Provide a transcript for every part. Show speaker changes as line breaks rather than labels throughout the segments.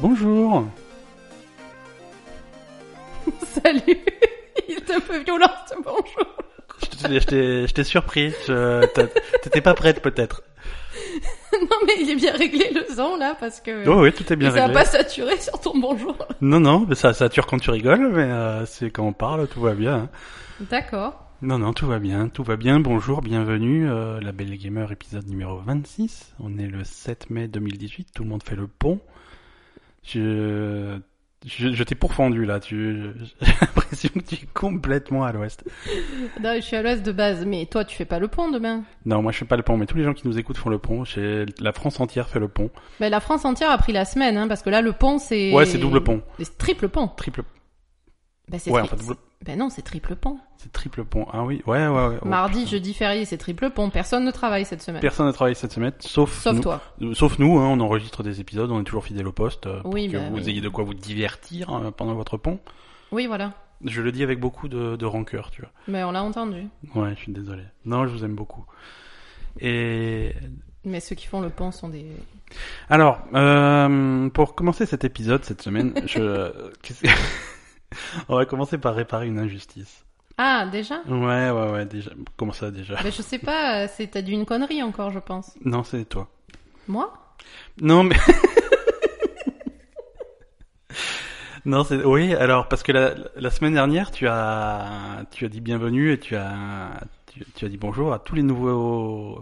Bonjour.
Salut Il est un peu violent ce bonjour.
Je t'ai- je t'ai- je t'ai surpris. je- t'as- T'étais pas prête peut-être.
Non mais il est bien réglé le son là parce que
Oh oui, tout est bien
Et ça a
réglé.
pas saturé sur ton bonjour.
Non, non, mais ça, ça tue quand tu rigoles, mais euh, c'est quand on parle, tout va bien. hein.
D'accord.
Non, non, tout va bien, tout va bien. Bonjour, bienvenue, euh, la Belle Gamer, épisode numéro 26. On est le 7 mai 2018, tout le monde fait le pont. Je, je, je t'ai pourfendu là, tu, j'ai l'impression que tu es complètement à l'ouest.
Non, je suis à l'ouest de base mais toi tu fais pas le pont demain.
Non, moi je fais pas le pont, mais tous les gens qui nous écoutent font le pont. J'ai- La France entière fait le pont.
Mais Ben, la France entière a pris la semaine hein, parce que là le pont c'est
Ouais, c'est double pont,
C'est triple pont.
triple.
Ben, c'est
Ouais,
tri-
enfin double.
ben non, c'est triple pont.
C'est triple pont. Ah oui, ouais, ouais, ouais. Oh,
Mardi,
putain.
jeudi férié, c'est triple pont. Personne ne travaille cette semaine.
Personne n'a travaillé cette semaine, sauf,
Sauf
nous.
toi.
Euh, Sauf nous, hein, on enregistre des épisodes, on est toujours fidèle au poste euh, pour
Oui,
que
bah
vous
oui.
ayez de quoi vous divertir euh, pendant votre pont.
Oui, voilà.
Je le dis avec beaucoup de, de rancœur, tu
Mais on l'a entendu.
vois. Ouais, je suis désolé. Non, je vous aime beaucoup. Et
Mais ceux qui font le pont sont des.
alors, euh, pour commencer cet épisode cette semaine, je qu'est-ce que- on va commencer par réparer une injustice.
Ah, déjà
Ouais, ouais, ouais. Déjà, comment ça déjà
Ben je sais pas, euh, c'est t'as dû une connerie encore, je pense.
Non, c'est toi.
Moi
Non, mais. non, c'est. Oui, alors, parce que la, la semaine dernière, tu as, tu as dit bienvenue et tu as, tu, tu as dit bonjour à tous les nouveaux.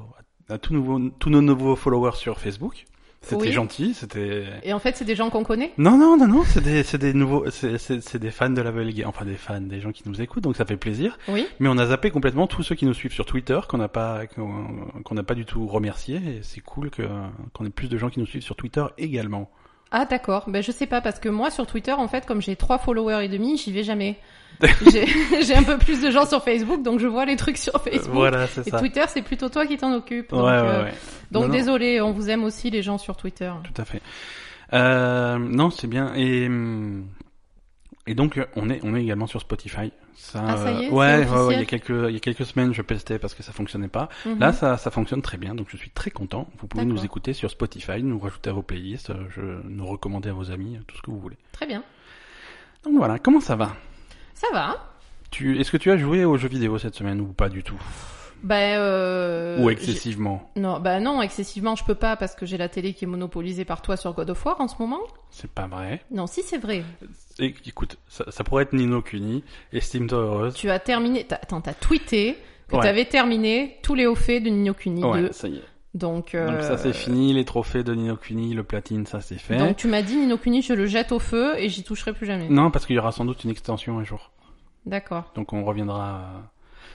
à tous, nouveaux, tous nos nouveaux followers sur Facebook. C'était
Oui.
gentil, c'était.
Et en fait, c'est des gens qu'on connaît
Non, non, non, non, c'est des, c'est des nouveaux, c'est, c'est, c'est des fans de la Belle Gamer, enfin des fans, des gens qui nous écoutent, donc ça fait plaisir.
Oui.
Mais on a zappé complètement tous ceux qui nous suivent sur Twitter, qu'on n'a pas, qu'on qu'on n'a pas du tout remercié, et c'est cool que, qu'on ait plus de gens qui nous suivent sur Twitter également.
Ah d'accord, ben je sais pas parce que moi sur Twitter en fait comme j'ai trois followers et demi, j'y vais jamais. j'ai j'ai un peu plus de gens sur Facebook donc je vois les trucs sur Facebook.
Euh, Voilà, c'est
Et
ça.
Twitter, c'est plutôt toi qui t'en occupe.
ouais,
Donc,
ouais,
euh,
ouais.
donc
Non, non,
désolé, on vous aime aussi les gens sur Twitter.
Tout à fait. Euh, non, c'est bien. Et, hum, et donc, euh, on est, on est également sur Spotify. Ça,
Ah, ça y est,
euh, ouais,
c'est
ouais, ouais, il y a
officiel.
quelques, il y a quelques semaines, je pestais parce que ça fonctionnait pas.
Mhm.
Là, ça, ça fonctionne très bien, donc je suis très content. Vous pouvez nous
D'accord.
écouter sur Spotify, nous rajouter à vos playlists, euh, je, nous recommander à vos amis, euh, tout ce que vous voulez.
Très bien.
Donc voilà, comment ça va
Ça va. hein
tu, Est-ce que tu as joué aux jeux vidéo cette semaine ou pas du tout
Ben euh,
Ou
j'ai-
excessivement
Non, bah non, excessivement, je peux pas parce que j'ai la télé qui est monopolisée par toi sur God of War en ce moment.
C'est pas vrai.
Non, si c'est vrai.
Et, écoute, ça, ça pourrait être Nino Kuni, estime-toi heureuse.
Tu as terminé, t'as- attends, t'as tweeté que
Ouais.
t'avais terminé tous les hauts faits de Nino Kuni 2.
Ouais, ça y est.
Donc, euh,
Donc ça c'est fini, les trophées de Nino Kuni, le platine, ça c'est fait. Mm.
Donc tu m'as dit Nino Kuni, je le jette au feu et j'y toucherai plus jamais.
Non, parce qu'il y aura sans doute une extension un jour.
D'accord.
Donc on reviendra. euh,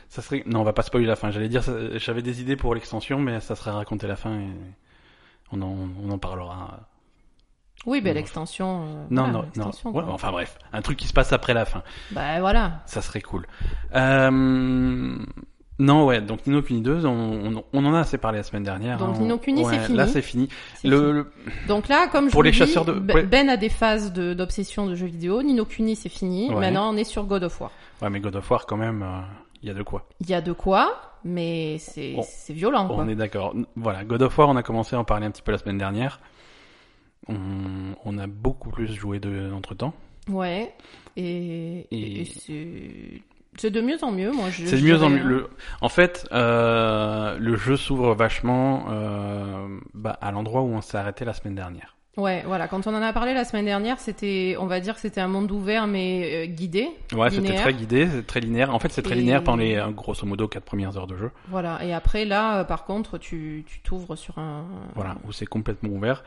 Ça serait. Non, on va pas spoiler la fin. J'allais dire, ça- j'avais des idées pour l'extension, mais ça serait raconter la fin et on en, on en parlera.
Oui, ben
Non,
l'extension. euh,
Non,
voilà,
non, non.
l'extension,
Ouais,
quoi.
enfin bref, un truc qui se passe après la fin.
Bah voilà.
Ça serait cool. Euh, Non, ouais, donc Nino Kuni 2, on, on, on en a assez parlé la semaine dernière.
Donc
hein.
Ni no Kuni,
Ouais,
c'est fini.
Là, c'est fini.
c'est
Le,
fini.
le-
Donc là, comme je
Pour
vous
les
dis,
chasseurs de-
Ben-
ouais.
Ben a des phases de- d'obsession de, jeux vidéo. Nino Kuni, c'est fini.
Ouais.
Maintenant, on est sur God of War.
Ouais, mais God of War, quand même, euh, il y a de quoi.
Il y a de quoi, mais c'est
On-
c'est violent. Quoi.
On est d'accord. N- Voilà, God of War, on a commencé à en parler un petit peu la semaine dernière. On, on a beaucoup plus joué de, entre temps.
Ouais. Et,
Et-
et c'est- c'est de mieux en mieux, moi. je-
C'est de
je
mieux en mieux.
dirais, hein.
Le- en fait, euh, le jeu s'ouvre vachement euh, bah, à l'endroit où on s'est arrêté la semaine dernière.
hein. Ouais, voilà. Quand on en a parlé la semaine dernière, c'était, on va dire que c'était un monde ouvert mais euh, guidé.
Ouais, c'était
Linéaire.
très guidé, c'est très linéaire. En fait, c'est très
Et-
linéaire pendant les, euh, grosso modo, quatre premières heures de jeu.
Voilà. Et après, là, euh, par contre, tu tu t'ouvres sur un.
Voilà, où c'est complètement ouvert.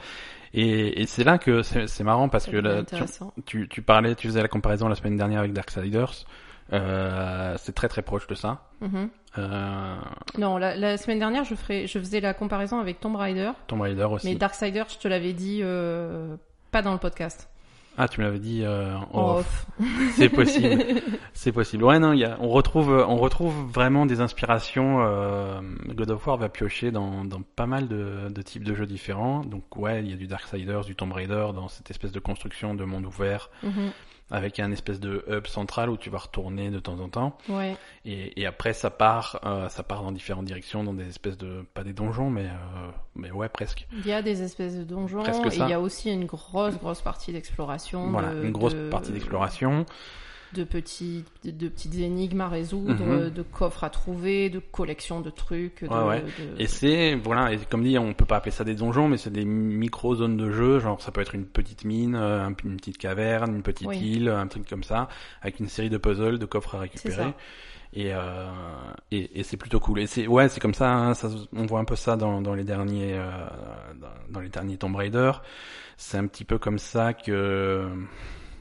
Et, et c'est là que c'est c'est marrant parce
Ça
que
devient
là, tu,
intéressant.
tu, tu parlais, tu faisais la comparaison la semaine dernière avec Darksiders. Euh, c'est très très proche de ça.
Mhm.
Euh,
Non, la, la semaine dernière, je ferai, je faisais la comparaison avec Tomb Raider,
Tomb Raider aussi.
mais Darksider, je te l'avais dit, euh, pas dans le podcast.
Ah, tu me l'avais dit. euh, en
En
off.
off.
C'est possible. C'est possible. Ouais, non, il y a, on retrouve, on retrouve vraiment des inspirations. euh, God of War va piocher dans, dans pas mal de, de types de jeux différents. Donc ouais, il y a du Darksiders, du Tomb Raider dans cette espèce de construction de monde ouvert
Mhm.
avec un espèce de hub central où tu vas retourner de temps en temps.
Ouais.
Et, et après, ça part, euh, ça part dans différentes directions, dans des espèces de pas des donjons, mais euh, mais ouais, presque.
Il y a des espèces de donjons
Presque
et
ça.
il y a aussi une grosse grosse partie d'exploration.
Voilà,
de-
une grosse
de-
partie d'exploration.
De petits de, de petites énigmes à résoudre,
Mhm.
de coffres à trouver, de collections de trucs. de-
Ouais, ouais.
de-
Et c'est voilà, et comme dit, on peut pas appeler ça des donjons, mais c'est des micro zones de jeu. Genre, ça peut être une petite mine, euh, un- une petite caverne, une petite
Oui.
île, un truc comme ça, avec une série de puzzles, de coffres à récupérer.
ça.
Et, euh, et et c'est plutôt cool. Et c'est ouais, c'est comme ça, hein, ça se- On voit un peu ça dans dans les derniers euh, dans, dans les derniers Tomb Raider. C'est un petit peu comme ça que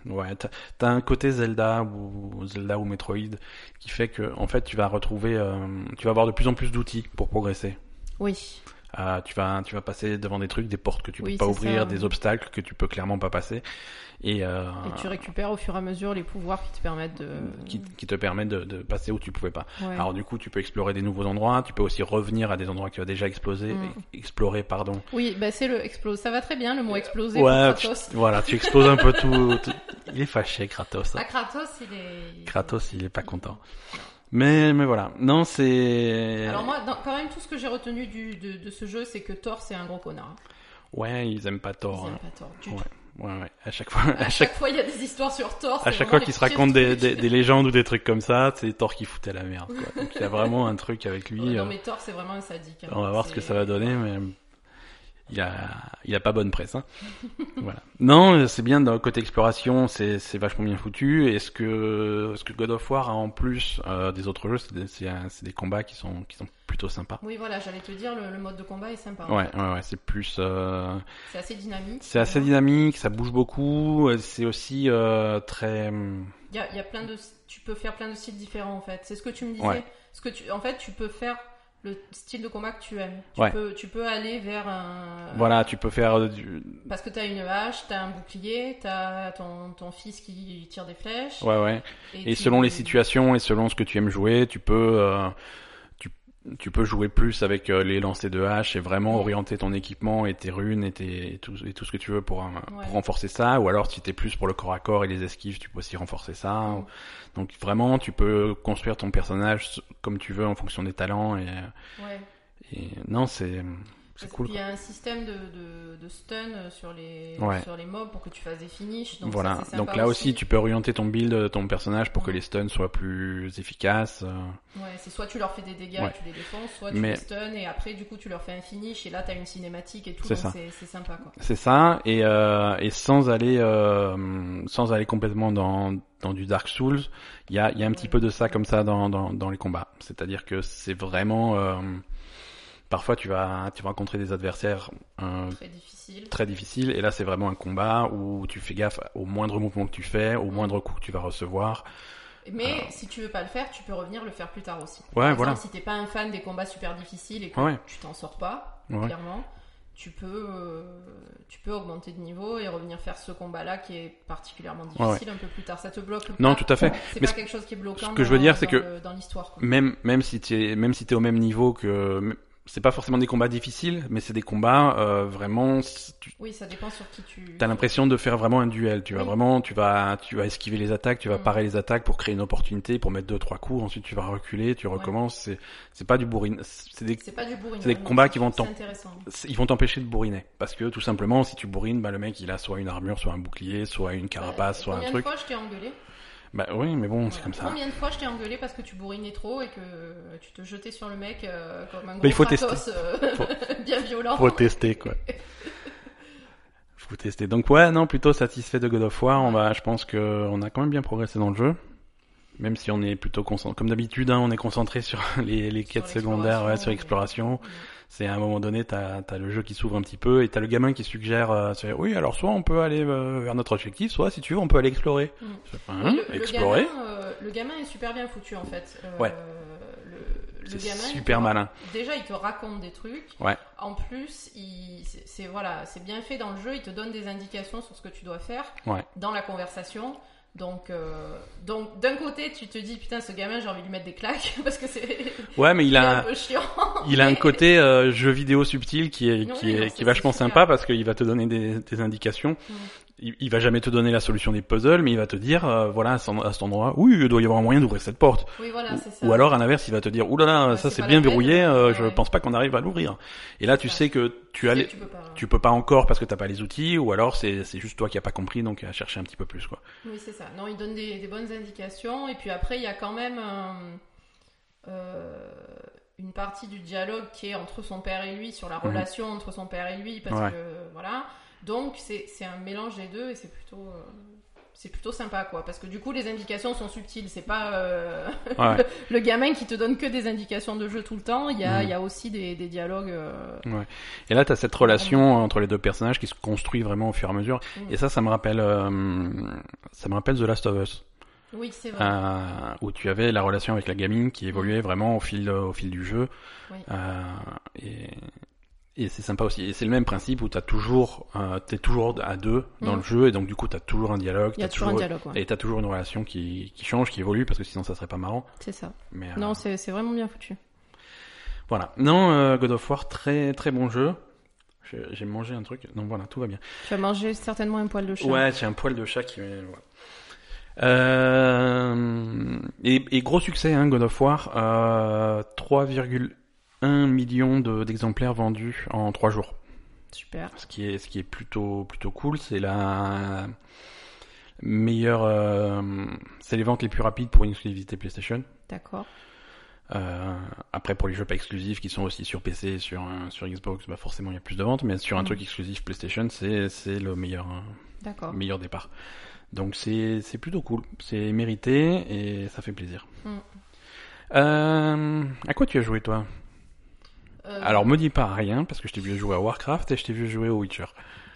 ouais, t'as- t'as un côté Zelda ou Zelda ou Metroid qui fait que en fait tu vas retrouver, euh, tu vas avoir de plus en plus d'outils pour progresser.
Oui.
Euh, tu vas tu vas passer devant des trucs, des portes que tu
Oui,
peux pas
c'est
ouvrir,
ça.
des obstacles que tu peux clairement pas passer, et, euh,
Et tu récupères au fur et à mesure les pouvoirs qui te permettent de.
qui, qui te permettent de, de passer où tu pouvais pas.
Ouais.
Alors du coup, tu peux explorer des nouveaux endroits, tu peux aussi revenir à des endroits que tu as déjà explosé,
Mm.
exploré, pardon.
Oui, bah c'est le explose. Ça va très bien le mot exploser.
Ouais,
pour Kratos.
pff, voilà, tu exploses un peu tout, tout- Il est fâché, Kratos.
Ah, Kratos, il est.
Kratos, il est pas content. Mais mais voilà, non c'est.
Alors moi, dans- quand même, tout ce que j'ai retenu du, de, de ce jeu, c'est que Thor, c'est un gros connard.
Ouais, ils aiment pas
Ils
Thor.
aiment
hein.
pas Thor du
Ouais.
tout.
Ouais ouais. À chaque fois, à
À
chaque
chaque fois, il y a des histoires sur Thor.
à
c'est
chaque
vraiment
fois
les
qu'ils se
pires
racontent des, des,
trucs.
des légendes ou des trucs comme ça, c'est Thor qui foutait la merde. Quoi. Donc il y a vraiment un truc avec lui.
Non
euh,
mais Thor, c'est vraiment un sadique. hein.
on va voir ce que
C'est-
ça va donner, mais il a, il a pas bonne presse. Hein. voilà. Non, euh, c'est bien dans le côté exploration, c'est c'est vachement bien foutu. Et ce que ce que God of War a en plus euh, des autres jeux, c'est des, c'est un- c'est des combats qui sont qui sont plutôt sympas.
Oui, voilà, j'allais te dire, le, le mode de combat est sympa. hein.
Ouais, ouais, ouais, c'est plus. euh,
C'est assez dynamique.
c'est assez dynamique, ça bouge beaucoup, euh, c'est aussi euh, très. hum,
Il y a, il y a plein de, tu peux faire plein de styles différents en fait. C'est ce que tu me disais.
Ouais.
Ce que tu, en fait, tu peux faire le style de combat que tu aimes. Tu
Ouais.
peux, tu peux aller vers un.
Voilà, tu peux faire euh, du.
Parce que t'as une hache, t'as un bouclier, t'as ton, ton fils qui tire des flèches.
Ouais, ouais. Et
tu-
selon les situations et selon ce que tu aimes jouer, tu peux euh, tu, tu peux jouer plus avec euh, les lancers de hache et vraiment orienter ton équipement et tes runes et, tes, et, tout, et tout ce que tu veux pour, euh,
Ouais.
pour renforcer ça. Ou alors si t'es plus pour le corps à corps et les esquives, tu peux aussi renforcer ça.
Mm.
Donc vraiment, tu peux construire ton personnage comme tu veux en fonction des talents et,
Ouais.
et non, c'est c'est
Parce
cool.
qu'il y a un système de, de, de stun sur les,
Ouais.
sur les mobs pour que tu fasses des finishes. Donc
voilà.
ça, c'est sympa
Donc là aussi, tu peux orienter ton build, ton personnage pour que
Mm.
les stuns soient plus efficaces. euh.
Ouais, c'est soit tu leur fais des dégâts
Ouais.
et tu les défends, soit tu
Mais-
les stuns et après, du coup, tu leur fais un finish et là, t'as une cinématique et tout.
C'est
donc
ça.
C'est c'est sympa quoi.
C'est ça, et, euh, et sans aller euh, sans aller complètement dans, dans du Dark Souls, il y a, il y a un petit peu de ça comme ça dans, dans, dans les combats. C'est-à-dire que c'est vraiment euh, parfois tu vas tu vas rencontrer des adversaires euh,
Très difficile.
très difficiles, et là c'est vraiment un combat où tu fais gaffe au moindre mouvement que tu fais, au moindre coup que tu vas recevoir.
Mais si tu veux pas le faire, tu peux revenir le faire plus tard aussi.
Ouais,
Par
voilà.
exemple, si t'es pas un fan des combats super difficiles et que
Ouais,
tu t'en sors pas,
ouais.
clairement, tu peux, euh, tu peux augmenter de niveau et revenir faire ce combat-là qui est particulièrement difficile un peu plus tard. Ça te bloque pas.
Non, tout à fait.
C'est
mais
pas
ce-
quelque chose qui est bloquant.
ce que je veux
dans-
dire, c'est
dans
que-
le- dans l'histoire. quoi.
Même même si tu es même si t'es au même niveau que c'est pas forcément des combats difficiles, mais c'est des combats euh, vraiment tu-
Oui, ça dépend sur qui tu.
T'as l'impression de faire vraiment un duel. Tu vas
Oui.
vraiment, tu vas, tu vas esquiver les attaques, tu vas
Mm.
parer les attaques pour créer une opportunité, pour mettre deux trois coups. Ensuite, tu vas reculer, tu recommences. C'est, c'est pas du bourrin. C'est des,
C'est pas du bourrin.
c'est des
non,
combats
c'est-
qui vont
c'est
t'en-
intéressant.
c'est- ils vont t'empêcher de bourriner parce que tout simplement, si tu bourrines, bah le mec il a soit une armure, soit un bouclier, soit une carapace, soit un
Bah, Combien
truc.
de fois je t'ai engueulé
Bah oui, mais bon, c'est
Voilà.
comme ça.
Combien de fois je t'ai engueulé parce que tu bourrinais trop et que tu te jetais sur le mec euh, comme un gros
Mais Bah, il faut
Kratos, euh, bien violent.
Faut tester quoi. Faut tester. Donc ouais, non, plutôt satisfait de God of War. On va, je pense que on a quand même bien progressé dans le jeu, même si on est plutôt concentré. Comme d'habitude, hein, on est concentré sur les, les
Sur
quêtes secondaires, ouais, sur l'exploration.
Ouais.
C'est à un moment donné, t'as as le jeu qui s'ouvre un petit peu et t'as le gamin qui suggère, euh, c'est, oui, alors soit on peut aller euh, vers notre objectif, soit si tu veux, on peut aller explorer.
Mm.
Je fais, Hein,
le, le
explorer,
gamin, euh, le gamin est super bien foutu en fait. Euh,
Ouais.
Le, le
c'est
gamin. il
super
te-
malin.
Déjà, il te raconte des trucs.
Ouais.
En plus, il, c'est- c'est voilà, c'est bien fait dans le jeu. Il te donne des indications sur ce que tu dois faire
Ouais.
dans la conversation. Donc, euh, donc d'un côté, tu te dis putain, ce gamin, j'ai envie de lui mettre des claques parce que c'est
Ouais, mais il
c'est
a,
un peu chiant.
il a un
mais-
côté euh, jeu vidéo subtil qui est
Oui,
qui
oui,
est
non,
qui
c'est-
est vachement
c'est super.
sympa parce qu'il va te donner des, des indications
Mm.
il, il va jamais te donner la solution des puzzles, mais il va te dire, euh, voilà, à, son- à cet endroit, oui, il doit y avoir un moyen d'ouvrir cette porte.
Oui, voilà, Ah, c'est ça.
Ou alors, à l'inverse, il va te dire, oulala,
Ouais,
ça
c'est
c'est
pas
bien
la peine.
verrouillé, euh,
Ouais,
je
ouais.
pense pas qu'on arrive à l'ouvrir. Et là, tu
ça.
sais que tu as les...
Tu peux pas.
tu peux pas encore parce que t'as pas les outils, ou alors c'est c'est juste toi qui as pas compris, donc à chercher un petit peu plus, quoi.
Oui, c'est ça. Non, il donne des, des bonnes indications. Et puis après, il y a quand même euh, euh, une partie du dialogue qui est entre son père et lui, sur la
Mhm.
relation entre son père et lui. Parce
Ouais.
que, voilà. Donc, c'est c'est un mélange des deux et c'est plutôt. euh, c'est plutôt sympa quoi, parce que du coup les indications sont subtiles, c'est pas euh,
Ouais,
le gamin qui te donne que des indications de jeu tout le temps, il y a,
Mhm.
il y a aussi des, des dialogues. euh,
Et là, t'as cette relation entre les deux personnages qui se construit vraiment au fur et à mesure.
Mm.
Et ça, ça me rappelle, euh, ça me rappelle The Last of Us,
Oui, c'est vrai.
euh, où tu avais la relation avec la gamine qui évoluait vraiment au fil, au fil du jeu.
Oui.
Euh, et et c'est sympa aussi. Et c'est le même principe où t'as toujours, euh, t'es toujours à deux dans
Mm.
le jeu, et donc du coup, t'as toujours un dialogue.
il y a
t'as
toujours un dialogue, ouais.
Et t'as toujours une relation qui, qui change, qui évolue, parce que sinon ça serait pas marrant.
c'est ça.
Mais, euh,
Non, c'est c'est vraiment bien foutu.
Voilà. Non, euh, God of War, très très bon jeu. Je- J'ai mangé un truc, donc voilà, tout va bien.
Tu as mangé certainement un poil de chat.
Ouais, j'ai un poil de chat qui. ouais. Euh, et, et gros succès, hein, God of War. Euh, 3,1 millions de- d'exemplaires vendus en 3 jours.
Super.
Ce qui est, ce qui est plutôt, plutôt cool. C'est la meilleure. euh, c'est les ventes les plus rapides pour une exclusivité PlayStation.
D'accord.
Euh, après, pour les jeux pas exclusifs qui sont aussi sur PC, sur euh, sur Xbox, bah forcément il y a plus de ventes, mais sur un
Mhm.
truc exclusif PlayStation, c'est c'est le meilleur euh,
D'accord.
meilleur départ. Donc c'est c'est plutôt cool, c'est mérité et ça fait plaisir.
Mhm.
Euh, à quoi tu as joué toi
Euh,
Alors me dis pas rien parce que je t'ai vu jouer à Warcraft et je t'ai vu jouer au Witcher.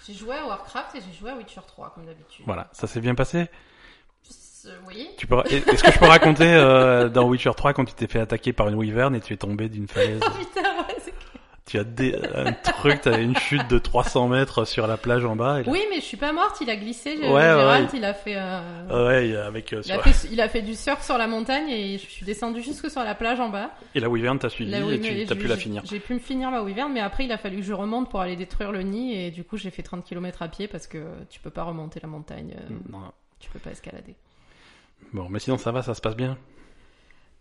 j'ai joué à Warcraft et j'ai joué à Witcher 3 comme d'habitude.
Voilà, ça s'est bien passé.
Euh, Oui.
Tu peux est-ce que je peux raconter euh, dans Witcher 3 quand tu t'es fait attaquer par une wyvern et tu es tombé d'une falaise
Oh putain, ouais, c'est-
Tu as des, un truc, t'avais une chute de 300 mètres sur la plage en bas. Et là-
Oui, mais je suis pas morte. Il a glissé. euh,
Ouais, ouais,
Gérald,
ouais.
il a fait. euh,
Ouais, et avec euh,
Il
sur-
a, fait, il a fait du surf sur la montagne et je suis descendue jusque sur la plage en bas.
et la Wyvern t'a suivi
La
et
wyvern-
tu t'as
j'ai-
pu la
j'ai-
finir.
J'ai pu me finir ma wyvern, mais après il a fallu que je remonte pour aller détruire le nid et du coup j'ai fait 30 km à pied parce que tu peux pas remonter la montagne, euh,
Non.
tu peux pas escalader.
Bon, mais sinon ça va, ça se passe bien.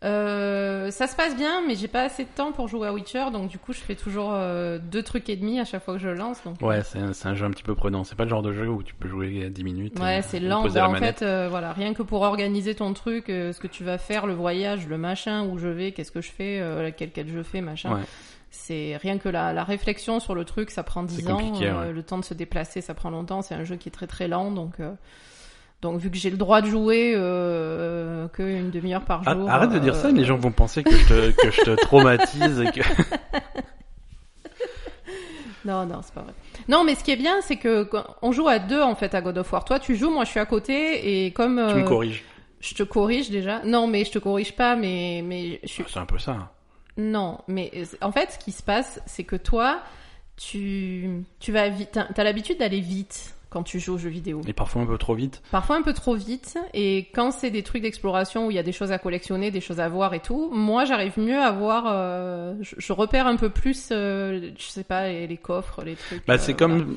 Euh, ça se passe bien, mais j'ai pas assez de temps pour jouer à Witcher, donc du coup je fais toujours euh, deux trucs et demi à chaque fois que je lance. Donc,
Ouais, c'est un, c'est un jeu un petit peu prenant. C'est pas le genre de jeu où tu peux jouer à 10 minutes.
Ouais,
euh,
c'est
et
lent.
poser
Bah,
la
en
manette.
fait, euh, voilà, rien que pour organiser ton truc, euh, ce que tu vas faire, le voyage, le machin, où je vais, qu'est-ce que je fais, euh, quelle quête je fais, machin.
Ouais.
C'est rien que la, la réflexion sur le truc, ça prend
C'est
10 ans. euh,
compliqué, ouais.
Le temps de se déplacer, ça prend longtemps. C'est un jeu qui est très très lent, donc. euh, Donc vu que j'ai le droit de jouer euh, que une demi-heure par
Ah,
jour.
arrête de dire
euh,
ça, les gens vont penser que je te, que je te traumatise et que.
Non, non, c'est pas vrai. Non, mais ce qui est bien, c'est que quand- on joue à deux en fait à God of War. Toi, tu joues, moi, je suis à côté, et comme
Tu me
euh,
corriges.
je te corrige déjà. Non, mais je te corrige pas, mais mais je suis.
Ah, C'est un peu ça. hein.
Non, mais euh, en fait, ce qui se passe, c'est que toi, tu tu vas vite. T'as t'as l'habitude d'aller vite quand tu joues aux jeux vidéo.
Et parfois un peu trop vite.
Parfois un peu trop vite, et quand c'est des trucs d'exploration où il y a des choses à collectionner, des choses à voir et tout, moi j'arrive mieux à voir, euh, je, je repère un peu plus, euh, je sais pas, les, les coffres, les trucs.
Bah,
euh,
c'est
voilà.
comme.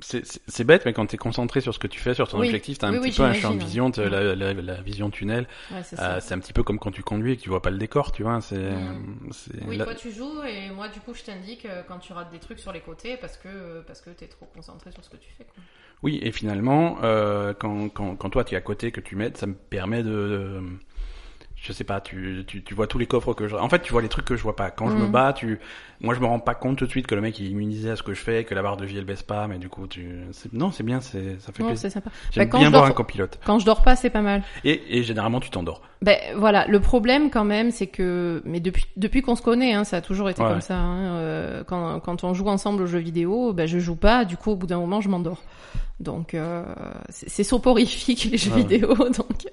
c'est- C'est c'est bête, mais quand t'es concentré sur ce que tu fais, sur ton
Oui.
objectif, t'as un
Oui,
petit
oui,
peu un
j'imagine,
champ de
ouais.
vision, t'as la, la, la vision tunnel.
Ouais, c'est ça.
Euh, C'est un petit peu comme quand tu conduis et que tu vois pas le décor, tu vois. C'est.
Mm.
c'est-
Oui,
là-
toi tu joues et moi du coup je t'indique euh, quand tu rates des trucs sur les côtés parce que euh, parce que t'es trop concentré sur ce que tu fais. Quoi.
Oui, et finalement, euh, quand, quand, quand toi tu es à côté, que tu m'aides, ça me permet de, de- je sais pas, tu, tu, tu vois tous les coffres que je, en fait, tu vois les trucs que je vois pas. Quand je me
Mhm.
bats, tu, moi, je me rends pas compte tout de suite que le mec il est immunisé à ce que je fais, que la barre de vie elle baisse pas, mais du coup, tu, c'est- non, c'est bien, c'est, ça fait
Non,
plaisir.
c'est sympa.
J'aime
quand
bien
je
voir
dors-
un copilote.
Quand je dors pas, c'est pas mal.
Et, et généralement, tu t'endors.
Ben voilà, le problème quand même, c'est que mais depuis depuis qu'on se connaît, hein, ça a toujours été
Ouais.
comme ça. hein, euh, quand quand on joue ensemble aux jeux vidéo, ben je joue pas. Du coup, au bout d'un moment, je m'endors. Donc euh, c'est c'est soporifique les jeux
Ouais, ouais.
vidéo. Donc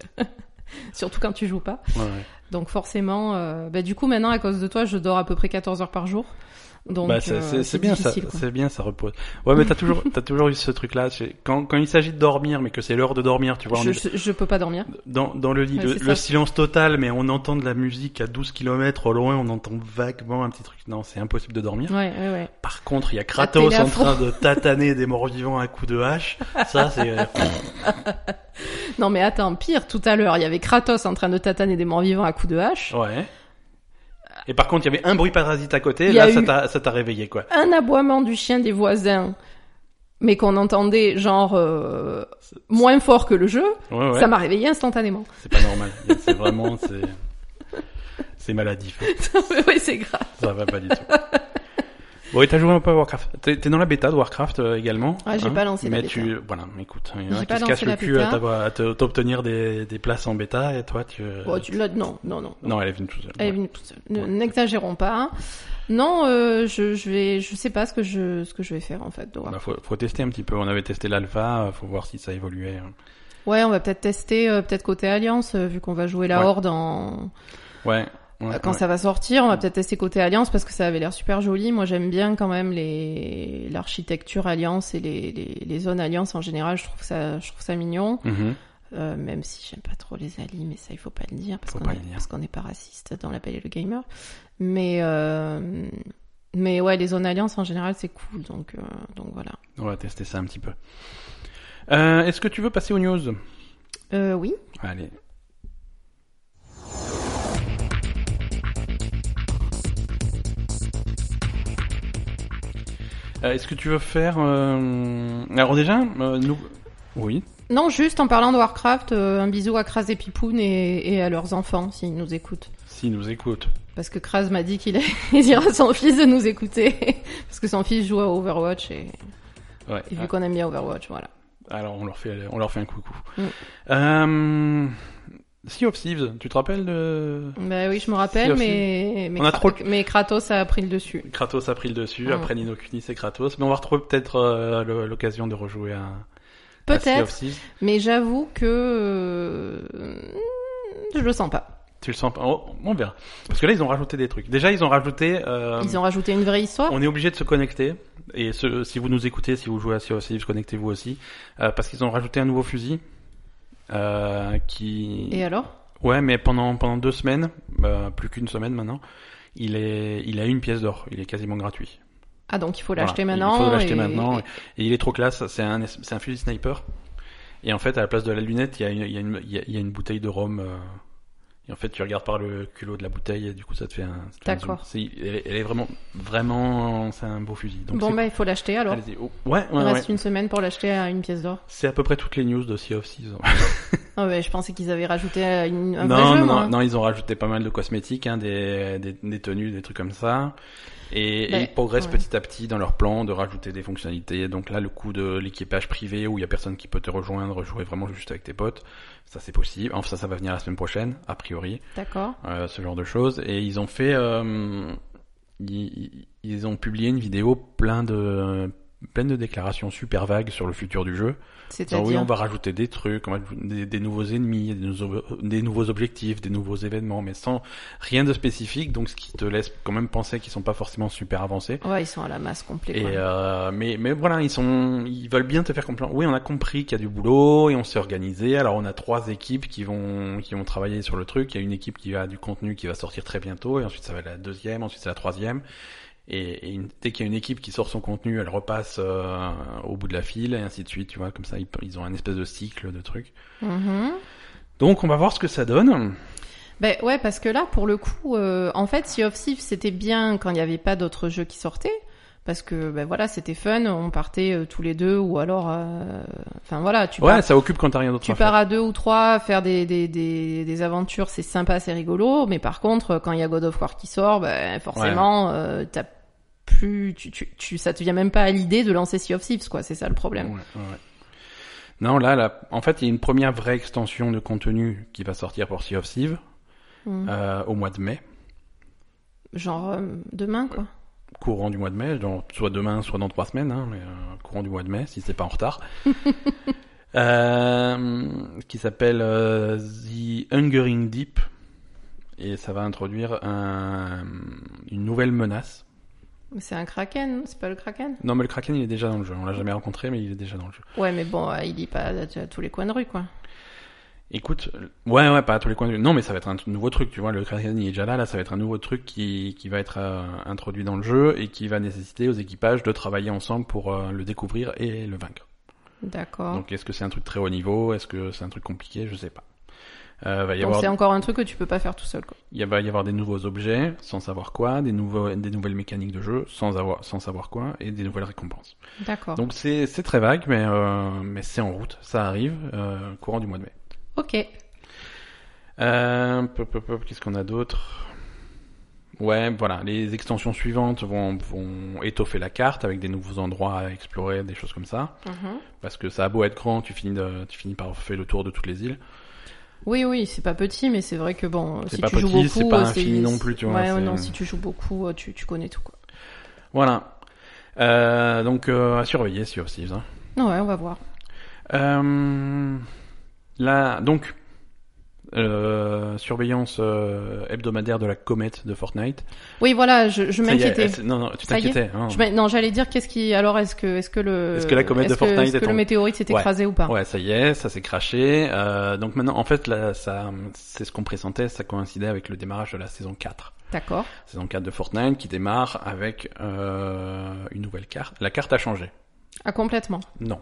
Surtout quand tu joues pas.
Ouais, ouais.
Donc forcément, euh, bah, du coup maintenant à cause de toi, je dors à peu près 14 heures par jour. Donc
Bah, c'est-
euh,
c'est c'est bien ça,
difficile, quoi.
c'est bien ça repose. Ouais, mais t'as toujours, t'as toujours eu ce truc-là. c'est- Quand, quand il s'agit de dormir, mais que c'est l'heure de dormir, tu vois, on
Je,
est
je, je peux pas dormir.
dans, dans le lit,
Ouais,
le,
c'est
le
ça.
silence total, mais on entend de la musique à 12 km au loin, on entend vaguement un petit truc. Non, c'est impossible de dormir.
Ouais, ouais, ouais.
Par contre, il y a Kratos
télé à
en
fond.
train de tataner des morts vivants à coups de hache. Ça, c'est euh,
Non mais attends, pire, tout à l'heure, il y avait Kratos en train de tataner des morts vivants à coups de hache.
ouais. Et par contre, il y avait un bruit parasite à côté.
Il y
Là,
a
ça
eu-
t'a- ça t'a réveillé, quoi.
Un aboiement du chien des voisins, mais qu'on entendait genre euh, moins fort que le jeu,
Ouais, ouais.
ça m'a réveillé instantanément.
C'est pas normal. C'est vraiment, c'est, c'est maladif.
oui, c'est grave.
Ça va pas du tout. Bon, et t'as joué un peu à Warcraft. T'es t'es dans la bêta de Warcraft euh, également.
Ah, j'ai pas lancé la
mais
bêta.
tu, voilà, mais écoute, il y en a
J'ai
qui
pas
se
lancé
cassent le
la
cul
bêta.
à t'avoir- à te- t'obtenir des, des places en bêta, et toi, tu... euh,
Bon, Oh, tu- là, non, non, non.
Non, elle est venue tout seule.
Elle est
ouais.
venue toute seule. Ne- N'exagérons pas. Non, euh, je, je vais, je sais pas ce que je, ce que je vais faire en fait. donc.
Bah, faut, faut tester un petit peu. On avait testé l'alpha, euh, faut voir si ça évoluait. hein.
Ouais, on va peut-être tester, euh, peut-être côté Alliance, euh, vu qu'on va jouer la
Ouais.
Horde en...
Ouais. ouais,
quand
ouais.
ça va sortir. On va peut-être tester côté Alliance parce que ça avait l'air super joli. Moi, j'aime bien quand même les l'architecture Alliance et les, les, les zones Alliance en général. Je trouve ça, je trouve ça mignon.
Mhm.
Euh, même si j'aime pas trop les alliés, mais ça il faut pas le dire parce
Faut
qu'on
pas
est,
le dire.
parce qu'on n'est pas raciste dans l'appel et le gamer. Mais euh, mais ouais, les zones alliances en général c'est cool, donc euh, donc voilà.
On va tester ça un petit peu. Euh, Est-ce que tu veux passer aux news
Euh, oui.
Allez. Euh, Est-ce que tu veux faire... euh, Alors déjà, euh, nous... Oui.
Non, juste en parlant de Warcraft, euh, un bisou à Kraz et Pipoun et, et à leurs enfants s'ils nous écoutent.
S'ils nous écoutent.
Parce que Kraz m'a dit qu'il allait- il dira à son fils de nous écouter. parce que son fils joue à Overwatch et,
Ouais. ah,
et vu qu'on aime bien Overwatch, voilà.
Alors on leur fait, on leur fait un coucou.
Mm.
Euh... Sea of Thieves, tu te rappelles de...
Ben oui, je me
Sea
rappelle,
of
mais, mais,
On a
Kra-
trop-
mais Kratos a pris le dessus.
Kratos a pris le dessus,
Mm.
après Nino Kunis et Kratos, mais on va retrouver peut-être euh, le- l'occasion de rejouer à, à Sea
Peut-être.
of Thieves.
Mais j'avoue que euh, je le sens pas.
Tu le sens pas Oh, On verra. Parce que là, ils ont rajouté des trucs. Déjà, ils ont rajouté... euh,
Ils ont rajouté une vraie histoire.
On est obligé de se connecter. Et ce- si vous nous écoutez, si vous jouez à Sea of Thieves, connectez-vous aussi. Euh, parce qu'ils ont rajouté un nouveau fusil. Euh, qui...
Et alors
Ouais, mais pendant, pendant deux semaines, euh, plus qu'une semaine maintenant, il, est, il a eu une pièce d'or. Il est quasiment gratuit.
Ah donc il faut
Voilà,
l'acheter
il
maintenant.
faut l'acheter
et-
maintenant.
et-
Et il est trop classe. C'est un, es- c'est un fusil sniper. Et en fait, à la place de la lunette, il y a une, il y a une, il y a- il y a une bouteille de rhum. euh, et en fait, tu regardes par le culot de la bouteille et du coup, ça te fait un. ça te fait un zoom.
D'accord.
C'est- Elle, est- elle est vraiment, vraiment, c'est un beau fusil. Donc
bon
c'est
bah il faut l'acheter alors.
Allez-y. Oh, Ouais,
il
ouais, ouais.
reste une semaine pour l'acheter à une pièce d'or.
C'est à peu près toutes les news de Sea of Thieves.
Ah ouais, je pensais qu'ils avaient rajouté euh, une, un vrai
non,
jeu. hein.
non,
moi.
non, non, ils ont rajouté pas mal de cosmétiques, hein, des, des, des tenues, des trucs comme ça. Et, et
Ben,
ils progressent
ouais.
petit à petit dans leur plan de rajouter des fonctionnalités. Donc là, le coup de l'équipage privé où il y a personne qui peut te rejoindre, jouer vraiment juste avec tes potes, ça c'est possible. Enfin, ça, ça va venir la semaine prochaine, a priori,
D'accord.
euh, ce genre de choses. Et ils ont fait, euh, ils, ils ont publié une vidéo plein de, pleine de déclarations super vagues sur le futur du jeu. Ah
C'est-à-dire.
oui, on va rajouter des trucs, on va ajouter des, des nouveaux ennemis, des, nou- des nouveaux objectifs, des nouveaux événements, mais sans rien de spécifique, donc ce qui te laisse quand même penser qu'ils sont pas forcément super avancés.
Ouais, ils sont à la masse complète.
Et
quoi.
euh, mais mais voilà, ils sont, ils veulent bien te faire comprendre. Oui, on a compris qu'il y a du boulot et on s'est organisé. Alors on a trois équipes qui vont qui vont travailler sur le truc. Il y a une équipe qui a du contenu qui va sortir très bientôt et ensuite ça va être la deuxième, ensuite c'est la troisième. Et, et une- dès qu'il y a une équipe qui sort son contenu, elle repasse euh, au bout de la file et ainsi de suite. Tu vois, comme ça ils, ils ont un espèce de cycle de trucs.
Mhm.
Donc on va voir ce que ça donne.
Ben ouais, parce que là, pour le coup, euh, en fait, Sea of Thieves, c'était bien quand il n'y avait pas d'autres jeux qui sortaient. Parce que, ben voilà, c'était fun, on partait euh, tous les deux, ou alors... euh, Enfin voilà, tu
ouais,
pars,
ça occupe quand t'as rien d'autre
tu
à faire.
pars à deux ou trois faire des, des, des, des aventures, c'est sympa, c'est rigolo. Mais par contre, euh, quand il y a God of War qui sort, ben forcément, euh, t'as plus... Tu, tu, tu, ça te vient même pas à l'idée de lancer Sea of Thieves, quoi. C'est ça le problème.
Ouais, ouais, ouais. Non, là, là, en fait, il y a une première vraie extension de contenu qui va sortir pour Sea of Thieves.
Mhm.
euh, au mois de mai,
Genre euh, demain, quoi.
courant du mois de mai, dans- soit demain, soit dans trois semaines, hein, mais euh, courant du mois de mai, si c'est pas en retard. euh, qui s'appelle euh, The Hungering Deep. Et ça va introduire un- une nouvelle menace.
Mais C'est un kraken, non c'est pas le kraken
Non, mais le Kraken, il est déjà dans le jeu. On l'a jamais rencontré, mais il est déjà dans le jeu.
Ouais, mais bon, euh, il dit pas à à tous les coins de rue, quoi.
Écoute, euh, ouais, ouais, pas à tous les coins de vue. Non, mais ça va être un t- nouveau truc, tu vois. Le Kraken, il est déjà là. Là, ça va être un nouveau truc qui, qui va être euh, introduit dans le jeu et qui va nécessiter aux équipages de travailler ensemble pour euh, le découvrir et le vaincre.
D'accord.
Donc, est-ce que c'est un truc très haut niveau Est-ce que c'est un truc compliqué Je sais pas. Euh, va y
Donc
avoir
c'est encore un truc que tu peux pas faire tout seul, quoi.
Il va y avoir des nouveaux objets, sans savoir quoi, des, nouveaux, des nouvelles mécaniques de jeu, sans, avoir, sans savoir quoi, et des nouvelles récompenses.
D'accord.
Donc c'est c'est très vague, mais, euh, mais c'est en route, ça arrive, euh, courant du mois de mai.
Ok.
Euh, pop, pop, pop, Qu'est-ce qu'on a d'autre Ouais, voilà, les extensions suivantes vont, vont étoffer la carte avec des nouveaux endroits à explorer, des choses comme ça.
Mhm.
Parce que ça a beau être grand, tu finis, de- tu finis par faire le tour de toutes les îles.
Oui, oui, c'est pas petit, mais c'est vrai que bon,
C'est
si
pas
tu joues
petit,
beaucoup,
c'est pas
euh,
infini non plus, tu vois,
Ouais,
c'est-
non, si tu joues beaucoup, euh, tu, tu connais tout, quoi.
Voilà. Euh, donc euh, à surveiller, Sea of Thieves, hein.
Ouais, on va voir.
Euh, là, donc, euh, surveillance euh, hebdomadaire de la comète de Fortnite.
Oui, voilà, je, je
Ça y est,
m'inquiétais.
elle s'est- non, non, tu
Ça y est.
t'inquiétais. hein.
Je m'in- non, j'allais dire qu'est-ce qui alors est-ce que est-ce que le
Est-ce que la comète de
est-ce que-
Fortnite
est-ce
est
que
en-
le météorite s'est
Ouais.
écrasé ou pas
Ouais, ça y est, ça s'est craché. Euh, donc maintenant, en fait, là, ça, c'est ce qu'on pressentait, ça coïncidait avec le démarrage de la saison 4.
D'accord.
Saison 4 de Fortnite qui démarre avec euh, une nouvelle carte. La carte a changé.
Ah complètement.
Non.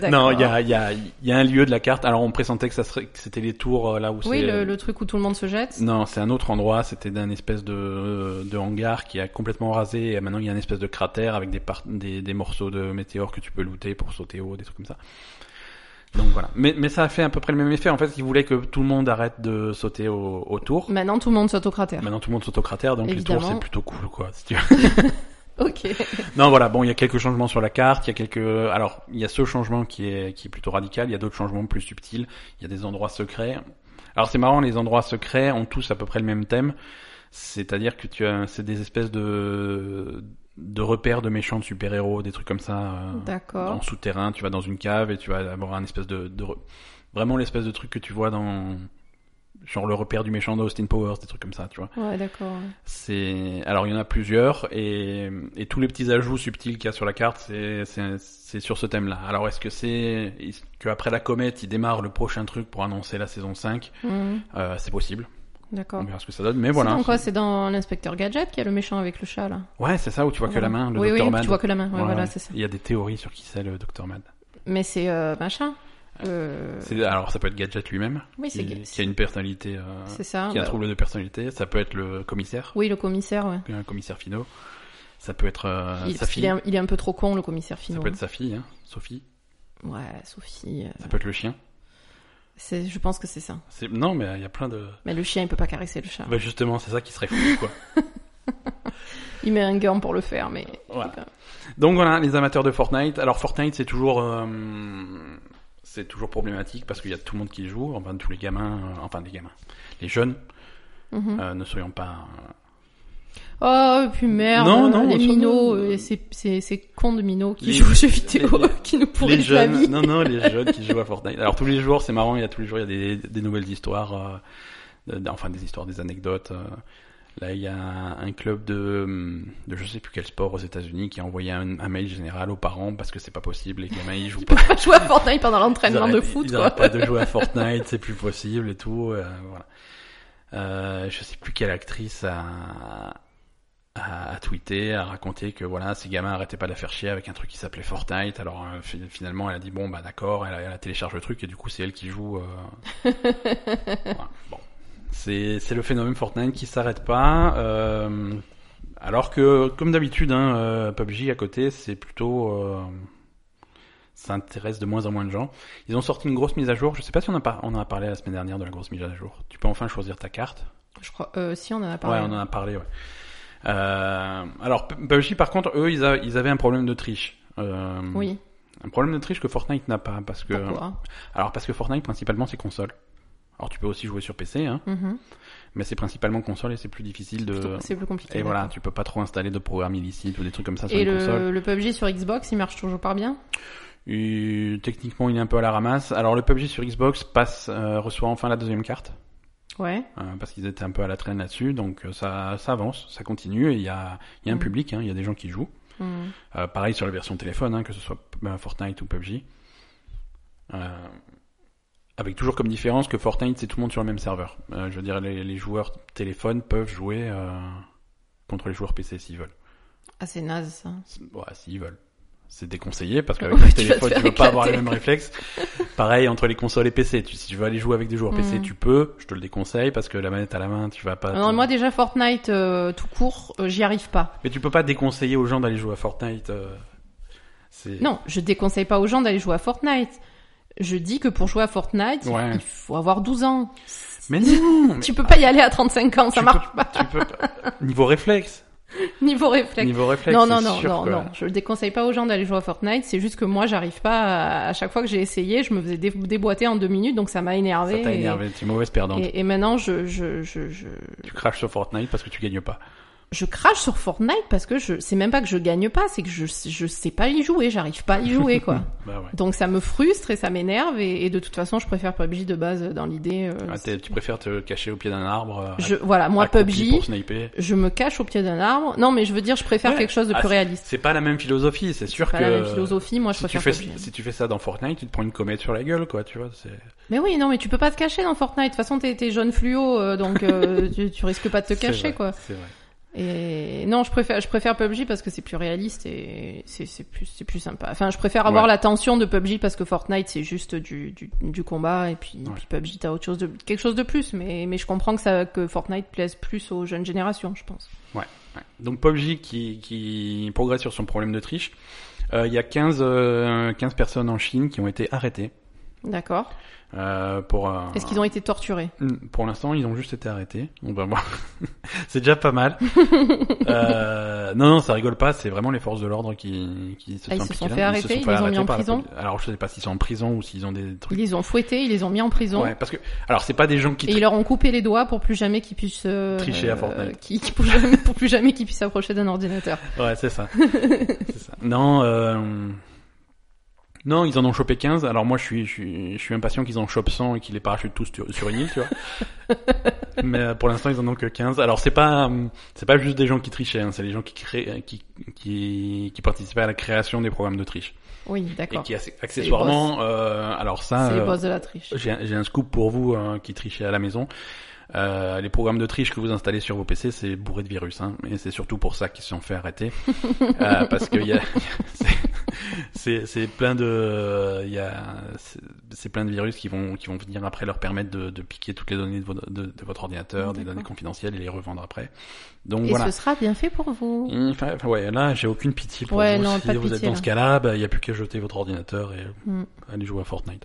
D'accord.
Non, il y a, il y, a, il y a un lieu de la carte. Alors on pressentait que ça serait, que c'était les tours euh, là où
Oui,
c'est... euh,
le, le truc où tout le monde se jette.
Non, c'est un autre endroit. C'était d'un espèce de, euh, de hangar qui a complètement rasé. Et maintenant, il y a un espèce de cratère avec des, par- des, des morceaux de météores que tu peux looter pour sauter haut, des trucs comme ça. Donc voilà. Mais, mais ça a fait à peu près le même effet. En fait, ils voulaient que tout le monde arrête de sauter au, au tour.
Maintenant tout le monde saute au cratère.
Maintenant, tout le monde saute au cratère, donc les tours,
Mmh. Évidemment.
c'est plutôt cool, quoi. si tu veux.
Ok.
non, voilà. Bon, il y a quelques changements sur la carte. Il y a quelques. euh, Alors, il y a ce changement qui est, qui est plutôt radical. Il y a d'autres changements plus subtils. Il y a des endroits secrets. Alors, c'est marrant. Les endroits secrets ont tous à peu près le même thème. C'est-à-dire que tu as, c'est des espèces de de repères de méchants, de super-héros, des trucs comme ça. euh,
D'accord.
en souterrain, tu vas dans une cave et tu vas avoir un espèce de, de re- vraiment l'espèce de truc que tu vois dans genre le repère du méchant d'Austin Powers, des trucs comme ça, tu vois.
Ouais, d'accord.
C'est alors il y en a plusieurs et, et tous les petits ajouts subtils qu'il y a sur la carte, c'est c'est c'est sur ce thème-là. Alors est-ce que c'est est-ce que après la comète, il démarre le prochain truc pour annoncer la saison 5
Mhm.
Euh, C'est possible.
D'accord.
On verra ce que ça donne. Mais voilà.
C'est dans quoi C'est dans l'inspecteur Gadget qui a le méchant avec le chat là.
Ouais, c'est ça où tu vois que la main, le
oui,
Dr
oui,
Mad.
tu vois que la main. Ouais,
Ouais,
voilà,
ouais.
c'est ça.
Il y a des théories sur qui c'est le Dr Mad.
Mais c'est euh, machin. Euh...
C'est- Alors ça peut être Gadget lui-même.
Oui, c'est
qui, qui a une personnalité, euh,
c'est ça.
qui a un
bah,
trouble de personnalité. Ça peut être le commissaire,
Oui, le commissaire. Ouais.
un commissaire finot. Ça peut être euh,
il,
sa
parce qu'il
fille.
est un, il est un peu trop con le commissaire
Ça
Finot.
peut être sa fille, hein, Sophie.
Ouais, Sophie. euh,
Ça peut être le chien.
c'est- je pense que c'est ça.
C'est- Non, mais il y a plein de.
Mais le chien, il peut pas caresser le chat.
Bah justement, c'est ça qui serait fou, quoi.
Il met un gant pour le faire, mais.
Voilà. Donc voilà, les amateurs de Fortnite. Alors Fortnite, c'est toujours, euh, c'est toujours problématique parce qu'il y a tout le monde qui joue. Enfin, tous les gamins, euh, enfin les gamins, les jeunes.
Mhm.
euh, ne soyons pas. euh,
Oh, et puis merde,
Non, non,
les
ça-
minots, euh, ces, ces, ces cons de minots qui
Les-
jouent aux jeux vidéo,
les- les-
qui
les
nous pourrissent la
jeunes,
vie.
non non, les jeunes qui jouent à Fortnite. Alors tous les jours, c'est marrant, il y a tous les jours il y a des, des nouvelles histoires, euh, de- de- enfin des histoires, des anecdotes. euh. Là, il y a un club de, hum, de je sais plus quel sport aux États-Unis qui a envoyé un, un mail général aux parents parce que c'est pas possible, les gamins ils jouent pas.
Pas jouer à Fortnite pendant
Ils
l'entraînement de
arrêtent-
foot,
ils
quoi.
arrêtent pas de jouer à Fortnite, c'est plus possible et tout. euh, voilà. Euh, je sais plus quelle actrice a, a, a tweeté, a raconté que voilà, ces gamins arrêtaient pas de la faire chier avec un truc qui s'appelait Fortnite. Alors euh, fi- finalement, elle a dit bon bah d'accord, elle, a- elle a télécharge le truc et du coup c'est elle qui joue. euh. Voilà, bon. C'est c'est le phénomène Fortnite qui s'arrête pas. euh, alors que, comme d'habitude, hein, euh, PUBG à côté, c'est plutôt... euh, ça intéresse de moins en moins de gens. Ils ont sorti une grosse mise à jour. Je sais pas si on, a par- on en a parlé la semaine dernière de la grosse mise à jour. Tu peux enfin choisir ta carte.
Je crois, euh, si, on en a
Ouais,
parlé.
on en a parlé, ouais. Euh, alors, P- PUBG, par contre, eux, ils, a- ils avaient un problème de triche. Euh,
Oui,
Un problème de triche que Fortnite n'a pas. Parce que...
pourquoi
Alors, parce que Fortnite, principalement, c'est console. Alors tu peux aussi jouer sur PC, hein,
Mhm.
mais c'est principalement console et c'est plus difficile de.
C'est plus compliqué.
Euh, Et voilà,
d'accord.
tu peux pas trop installer de programmes illicites ou des trucs comme ça sur
Et
une console.
le, le PUBG sur Xbox, il marche toujours pas bien
Et techniquement, il est un peu à la ramasse. Alors le PUBG sur Xbox passe, euh, reçoit enfin la deuxième carte.
Ouais.
euh, parce qu'ils étaient un peu à la traîne là-dessus, donc euh, ça, ça avance, ça continue, et il y a, il y a un
Mm.
public, hein, il y a des gens qui jouent.
Mhm.
Euh, pareil sur la version téléphone, hein, que ce soit ben, Fortnite ou PUBG. Euh, avec toujours comme différence que Fortnite, c'est tout le monde sur le même serveur. Euh, je veux dire, les, les joueurs téléphone peuvent jouer euh, contre les joueurs PC s'ils veulent.
Ah, c'est naze ça.
C'est- Ouais, s'ils veulent. C'est déconseillé parce qu'avec
Ouais,
le
tu vas te
téléphone,
faire
tu peux pas avoir les
éclater.
mêmes réflexes. Pareil entre les consoles et PC. Tu, si tu veux aller jouer avec des joueurs PC,
Mm. Ah
tu peux. Je te le déconseille parce que la manette à la main, tu vas pas.
Non, moi déjà Fortnite euh, tout court, euh, j'y arrive pas.
Mais tu peux pas déconseiller aux gens d'aller jouer à Fortnite. euh, c'est-
Non, je déconseille pas aux gens d'aller jouer à Fortnite. Je dis que pour jouer à Fortnite, il-
Ouais.
il faut avoir 12 ans.
Mais non mais
Tu peux pas y aller à 35 ans, ça
tu
marche
peux- tu peux pas. Niveau réflexe.
niveau réflexe.
Niveau réflexe.
Non, non,
c'est
non,
sûr
non,
que-
non. Je déconseille pas aux gens d'aller jouer à Fortnite. C'est juste que moi, j'arrive pas. À... à chaque fois que j'ai essayé, je me faisais dé- déboîter en deux minutes, donc ça m'a énervé.
Ça t'a énervé. Tu es mauvaise perdante.
Et, et maintenant, je, je, je, je,
Tu craches sur Fortnite parce que tu gagnes pas.
je crache sur Fortnite parce que je, c'est même pas que je gagne pas, c'est que je, je sais pas y jouer, j'arrive pas à y jouer, quoi.
Bah ouais.
Donc ça me frustre et ça m'énerve et, et de toute façon je préfère PUBG de base euh, dans l'idée. euh,
Ah, t'es- tu préfères te cacher au pied d'un arbre. euh,
je voilà moi
accroupi
PUBG,
Pour sniper.
je me cache au pied d'un arbre. Non mais je veux dire je préfère
Ouais.
quelque chose de
Ah,
plus réaliste.
C'est pas la même philosophie. C'est sûr
Pas
que.
la même philosophie, moi je
Si tu,
préfère
fais,
PUBG.
si tu fais ça dans Fortnite, tu te prends une comète sur la gueule, quoi, tu vois. c'est-
Mais oui non mais tu peux pas te cacher dans Fortnite. De toute façon t'es t'es jaune fluo euh, donc euh, tu, tu risques pas de te
c'est
cacher
vrai,
quoi.
C'est vrai.
Et non je préfère je préfère PUBG parce que c'est plus réaliste et c'est c'est plus c'est plus sympa. Enfin je préfère avoir
Ouais.
la tension de PUBG parce que Fortnite c'est juste du, du du combat et puis,
Ouais.
puis PUBG t'as autre chose de quelque chose de plus mais mais je comprends que ça que Fortnite plaise plus aux jeunes générations je pense.
Ouais. Donc PUBG qui, qui progresse sur son problème de triche. Euh, Il y a 15, euh, 15 personnes en Chine qui ont été arrêtées.
D'accord.
Euh, pour euh,
Est-ce qu'ils ont été torturés
Pour l'instant, ils ont juste été arrêtés. On va voir. c'est déjà pas mal. euh, non, non, ça rigole pas. C'est vraiment les forces de l'ordre qui, qui se
Ah, ils
sont
se
impliquées
sont
là.
fait arrêter,
fait
ils les ont mis
arrêter
en
par la
prison.
poli- Alors, je sais pas s'ils sont en prison ou s'ils ont des
Ils
trucs.
les ont fouettés, ils les ont mis en prison.
Ouais, parce que alors c'est pas des gens qui
Et ils leur ont coupé les doigts pour plus jamais qu'ils puissent euh,
Tricher à
euh,
Fortnite.
qui, qui- pour, jamais, pour plus jamais qu'ils puissent s'approcher d'un ordinateur.
Ouais, c'est ça. C'est ça. Non, euh... non, ils en ont chopé 15. Alors moi, je suis, je suis, je suis impatient qu'ils en chopent 100 et qu'ils les parachutent tous sur, sur une île, tu vois. Mais euh, pour l'instant, ils en ont que 15. Alors c'est pas, euh, c'est pas juste des gens qui trichaient, hein, c'est les gens qui créent, qui, qui, qui participaient à la création des programmes de triche
Oui,
et
d'accord.
qui assez- accessoirement, euh, alors ça,
C'est les
euh,
boss de la triche.
j'ai un- j'ai un scoop pour vous hein, qui trichez à la maison. Euh, les programmes de triche que vous installez sur vos PC, c'est bourré de virus. Hein, et c'est surtout pour ça qu'ils se sont fait arrêter. Euh, parce que il y a, c'est- c'est c'est plein de, il y a, c'est- c'est plein de virus qui vont qui vont venir après leur permettre de, de piquer toutes les données de, votre- de- de votre ordinateur, des
D'accord.
données confidentielles et les revendre après. Donc
Et
voilà.
ce sera bien fait pour vous.
Mmh, Enfin, enfin, ouais, là, j'ai aucune pitié pour
Ouais,
vous.
non,
si
pas de
vous êtes
pitié,
dans
là.
ce cas-là, bah, il n'y a plus qu'à jeter votre ordinateur et
Mm.
aller jouer à Fortnite.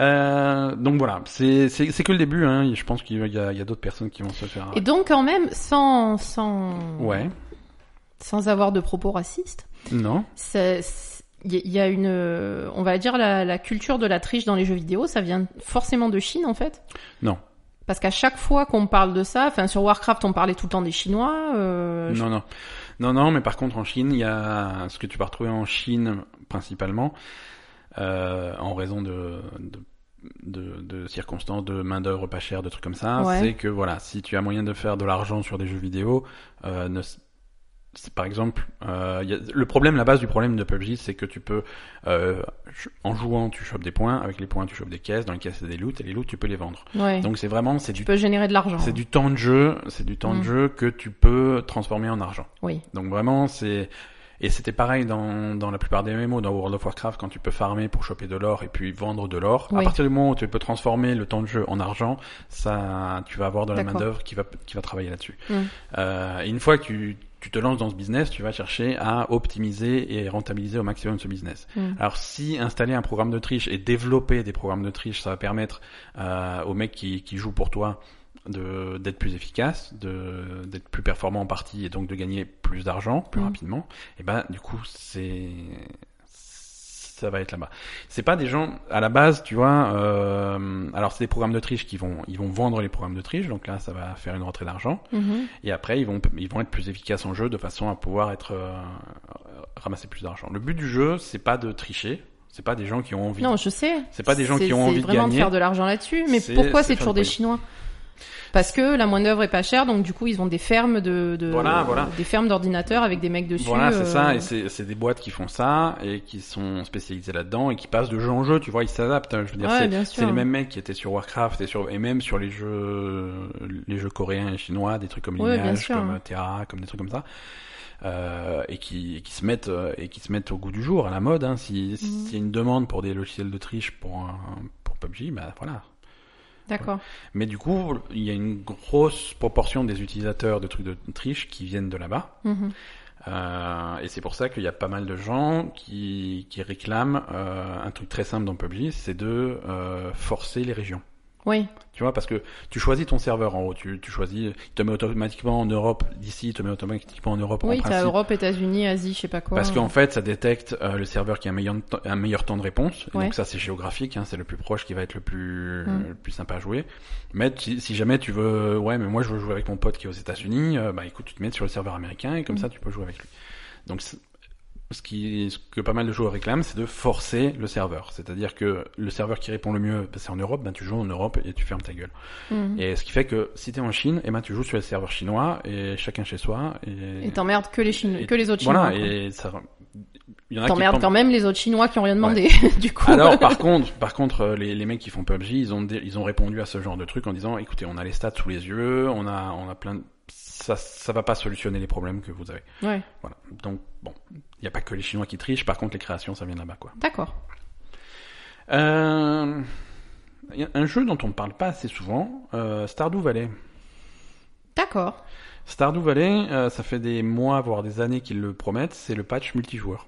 Euh, donc voilà, c'est c'est- c'est que le début. Hein. Je pense qu'il y a, il y a d'autres personnes qui vont se faire.
Et donc quand même, sans sans
Ouais,
sans avoir de propos racistes,
non.
ça- c'est- il y a- il y a une, euh, on va dire la, la culture de la triche dans les jeux vidéo, ça vient forcément de Chine en fait.
Non.
Parce qu'à chaque fois qu'on parle de ça, enfin sur Warcraft on parlait tout le temps des Chinois. euh, je-
Non, non. Non, non, mais par contre, en Chine, il y a ce que tu vas retrouver en Chine principalement, euh, en raison de, de, de, de circonstances, de main-d'œuvre pas chère, de trucs comme ça.
Ouais.
C'est que voilà, si tu as moyen de faire de l'argent sur des jeux vidéo, euh, ne s- c'est par exemple, euh, il y a- le problème, la base du problème de PUBG, c'est que tu peux, euh, ch- en jouant, tu chopes des points, avec les points, tu chopes des caisses, dans les caisses, c'est des loots, et les loots, tu peux les vendre.
ouais.
Donc c'est vraiment, c'est du,
tu peux générer de l'argent.
c'est du temps de jeu, c'est du temps de
Mm.
jeu que tu peux transformer en argent.
Oui.
Donc vraiment, c'est et c'était pareil dans, dans la plupart des MMO, dans World of Warcraft, quand tu peux farmer pour choper de l'or et puis vendre de l'or. À
Oui.
partir du moment où tu peux transformer le temps de jeu en argent, ça, tu vas avoir de la main
D'accord.
d'œuvre qui va qui va travailler là-dessus.
Mm.
Euh, et une fois que tu tu te lances dans ce business, tu vas chercher à optimiser et rentabiliser au maximum ce business.
Mm.
Alors si installer un programme de triche et développer des programmes de triche, ça va permettre euh, aux mecs qui, qui jouent pour toi de d'être plus efficace, de d'être plus performant en partie et donc de gagner plus d'argent plus
Mm.
rapidement. Et ben du coup c'est ça va être là-bas. C'est pas des gens à la base, tu vois. euh, alors c'est des programmes de triche qui vont, ils vont vendre les programmes de triche, donc là ça va faire une rentrée d'argent.
Mhm.
Et après ils vont, ils vont être plus efficaces en jeu de façon à pouvoir être euh, ramasser plus d'argent. Le but du jeu, c'est pas de tricher, c'est pas des gens qui ont envie.
Non, je sais.
C'est pas des gens qui ont envie
C'est
de
vraiment de
gagner.
faire de l'argent là-dessus. Mais
C'est-
pourquoi
c'est
c'est
faire
toujours
du
des
pognon.
Chinois Parce que la main d'œuvre est pas chère, donc du coup ils ont des fermes de, de
Voilà, voilà.
des fermes d'ordinateurs avec des mecs dessus.
Voilà, c'est
euh,
ça, et c'est c'est des boîtes qui font ça, et qui sont spécialisées là-dedans, et qui passent de jeu en jeu, tu vois, ils s'adaptent, hein, je veux dire,
Ouais,
c'est-
bien
c'est
sûr.
les mêmes mecs qui étaient sur Warcraft, et, sur, et même sur les jeux, les jeux coréens et chinois, des trucs comme
Ouais, bien
Lineage,
sûr.
comme euh, Terra, comme des trucs comme ça, euh, et, qui, et qui se mettent, euh, et qui se mettent au goût du jour, à la mode, hein, si, si-
Mhm.
s'il y a une demande pour des logiciels de triche pour, un- pour PUBG, bah voilà,
D'accord.
mais du coup, il y a une grosse proportion des utilisateurs de trucs de triche qui viennent de là-bas,
Mhm.
euh, et c'est pour ça qu'il y a pas mal de gens qui, qui réclament euh, un truc très simple dans PUBG, c'est de euh, forcer les régions.
Oui.
Tu vois, parce que tu choisis ton serveur en haut, tu, tu choisis, il te met automatiquement en Europe d'ici, il te met automatiquement en Europe
Oui,
en
t'as
principe.
Europe, États-Unis, Asie, je sais pas quoi.
Parce qu'en fait, ça détecte euh, le serveur qui a un meilleur, te- un meilleur temps de réponse. Et
Ouais.
Donc ça, c'est géographique, hein, c'est le plus proche qui va être le plus,
Mm.
le plus sympa à jouer. Mais si, si jamais tu veux, ouais, mais moi je veux jouer avec mon pote qui est aux États-Unis, euh, bah écoute, tu te mets sur le serveur américain et comme
Mm.
ça, tu peux jouer avec lui. Donc c'est- ce, qui, ce que pas mal de joueurs réclament, c'est de forcer le serveur. C'est-à-dire que le serveur qui répond le mieux, bah, c'est en Europe, ben tu joues en Europe et tu fermes ta gueule.
Mhm.
Et ce qui fait que si t'es en Chine, eh ben tu joues sur les serveurs chinois et chacun chez soi. Et,
Et t'emmerdes que les Chinois,
et-
que les autres Chinois.
voilà,
quoi.
et ça. Il y en a qui
T'emmerdes
pensent-
quand même les autres Chinois qui ont rien demandé, du coup.
Alors par contre, par contre, euh, les, les mecs qui font PUBG, ils ont dé- ils ont répondu à ce genre de truc en disant, écoutez, on a les stats sous les yeux, on a on a plein, de... ça ça va pas solutionner les problèmes que vous avez.
Ouais,
Voilà. Donc bon, il y a pas que les Chinois qui trichent. Par contre, les créations, ça vient de là-bas quoi.
d'accord.
Euh... il y a Un jeu dont on ne parle pas assez souvent, euh, Stardew Valley.
D'accord.
Stardew Valley, euh, ça fait des mois, voire des années qu'ils le promettent, c'est le patch multijoueur.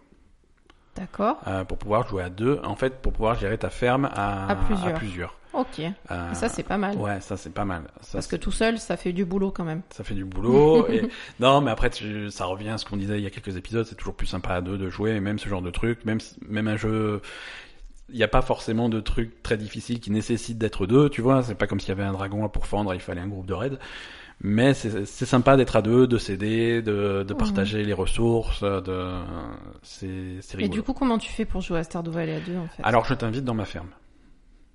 D'accord.
Euh, pour pouvoir jouer à deux, en fait, pour pouvoir gérer ta ferme à,
À plusieurs. Ok.
Euh,
Ça, c'est pas mal.
Ouais, ça c'est pas mal. Ça,
Parce que tout seul, ça fait du boulot quand même.
ça fait du boulot. et... Non, mais après, tu- ça revient à ce qu'on disait il y a quelques épisodes. C'est toujours plus sympa à deux de jouer, et même ce genre de truc, même si- même un jeu. Il n'y a pas forcément de truc très difficile qui nécessite d'être deux, tu vois. C'est pas comme s'il y avait un dragon à pourfendre, et il fallait un groupe de raids. Mais c'est c'est sympa d'être à deux, de s'aider, de, de partager les ressources, de c'est c'est
Et
rigolo.
du coup, comment tu fais pour jouer à Stardew Valley à deux en fait
Alors je t'invite dans ma ferme.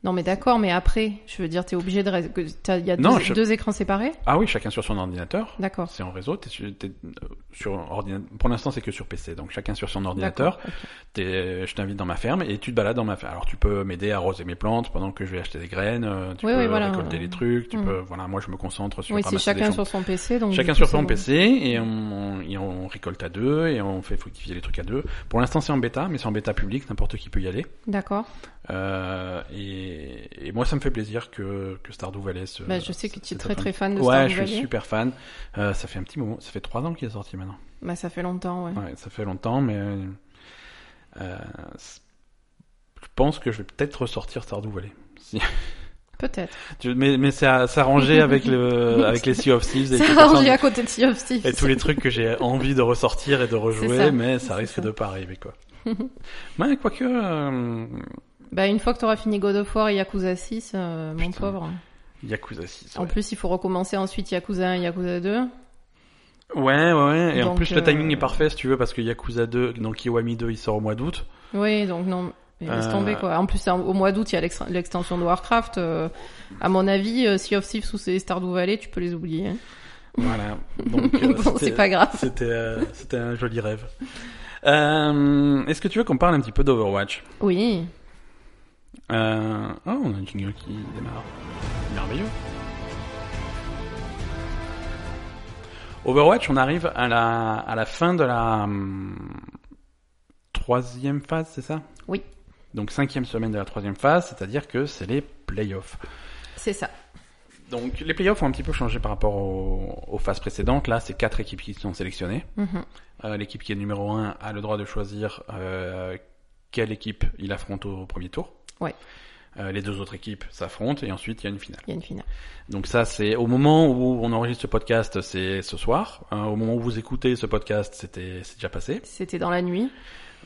Non, mais d'accord, mais après, je veux dire, t'es obligé de. res- que t'as- Il y a
Non,
deux,
je-
deux écrans séparés
Ah oui, chacun sur son ordinateur.
D'accord.
C'est en réseau. T'es sur, t'es, euh, sur ordinateur. Pour l'instant, c'est que sur PC. Donc chacun sur son
D'accord.
ordinateur.
ok.
T'es- euh, je t'invite dans ma ferme et tu te balades dans ma ferme. Alors tu peux m'aider à arroser mes plantes pendant que je vais acheter des graines. euh, Tu
Oui,
peux
oui, voilà.
récolter les trucs. Tu
Mm.
peux. Voilà, moi je me concentre sur.
Oui, c'est
ramasser des
chacun
champignons.
sur son PC. Donc
Chacun
du coup,
sur
c'est
son
bon.
PC et on, et on récolte à deux et on fait fructifier les trucs à deux. Pour l'instant, c'est en bêta, mais c'est en bêta public. N'importe qui peut y aller.
D'accord.
Euh, et, et moi, ça me fait plaisir que que Stardew Valley se.
Bah, je sais que tu
se
es très
tape un
très fan de
Euh, Ouais,
Stardew
je suis
Valley.
super fan. Euh, ça fait un petit moment, ça fait trois ans qu'il est sorti maintenant.
Bah, ça fait longtemps, ouais.
Ouais, ça fait longtemps, mais euh, euh, c'est- je pense que je vais peut-être ressortir Stardew Valley. Si-
Peut-être.
Tu- mais mais c'est à s'arranger avec le avec les Sea of Thieves et,
Ça
tout
a
ça,
rangé à côté de Sea of Thieves.
et tous les trucs que j'ai envie de ressortir et de rejouer,
ça,
mais ça
c'est
risque
ça.
de pas arriver quoi. ouais, quoique. euh,
Bah, une fois que t'auras fini God of War et Yakuza 6, euh,
Putain.
mon pauvre.
Yakuza 6.
En
Ouais,
plus, il faut recommencer ensuite Yakuza 1 et Yakuza 2.
ouais, ouais. ouais. Et en
Donc,
plus,
euh,
le timing est parfait si tu veux, parce que Yakuza 2, dans Kiwami 2, il sort au mois d'août.
Oui, donc non, mais laisse
Euh,
tomber quoi. En plus, en- au mois d'août, il y a l'ex- l'extension de Warcraft. euh, à mon avis, euh, Sea of Thieves ou ces Stardew Valley, tu peux les oublier. hein.
Voilà. Donc, euh,
Bon, c'est
c'était-
pas grave.
C'était, euh, c'était un joli rêve. Euh, est-ce que tu veux qu'on parle un petit peu d'Overwatch
Oui.
euh... Oh, on a un jingle qui démarre. Merveilleux. Overwatch, on arrive à la, à la fin de la hum, troisième phase, c'est ça
Oui.
Donc cinquième semaine de la troisième phase, c'est-à-dire que c'est les playoffs.
C'est ça.
Donc les playoffs ont un petit peu changé par rapport aux, aux phases précédentes. Là, c'est quatre équipes qui sont sélectionnées.
Mhm.
Euh, L'équipe qui est numéro 1 a le droit de choisir euh, quelle équipe il affronte au premier tour.
Ouais.
Euh, les deux autres équipes s'affrontent et ensuite il y a une finale.
Il y a une finale.
Donc ça c'est au moment où on enregistre ce podcast, c'est ce soir. Euh, au moment où vous écoutez ce podcast, c'était c'est déjà passé.
C'était dans la nuit.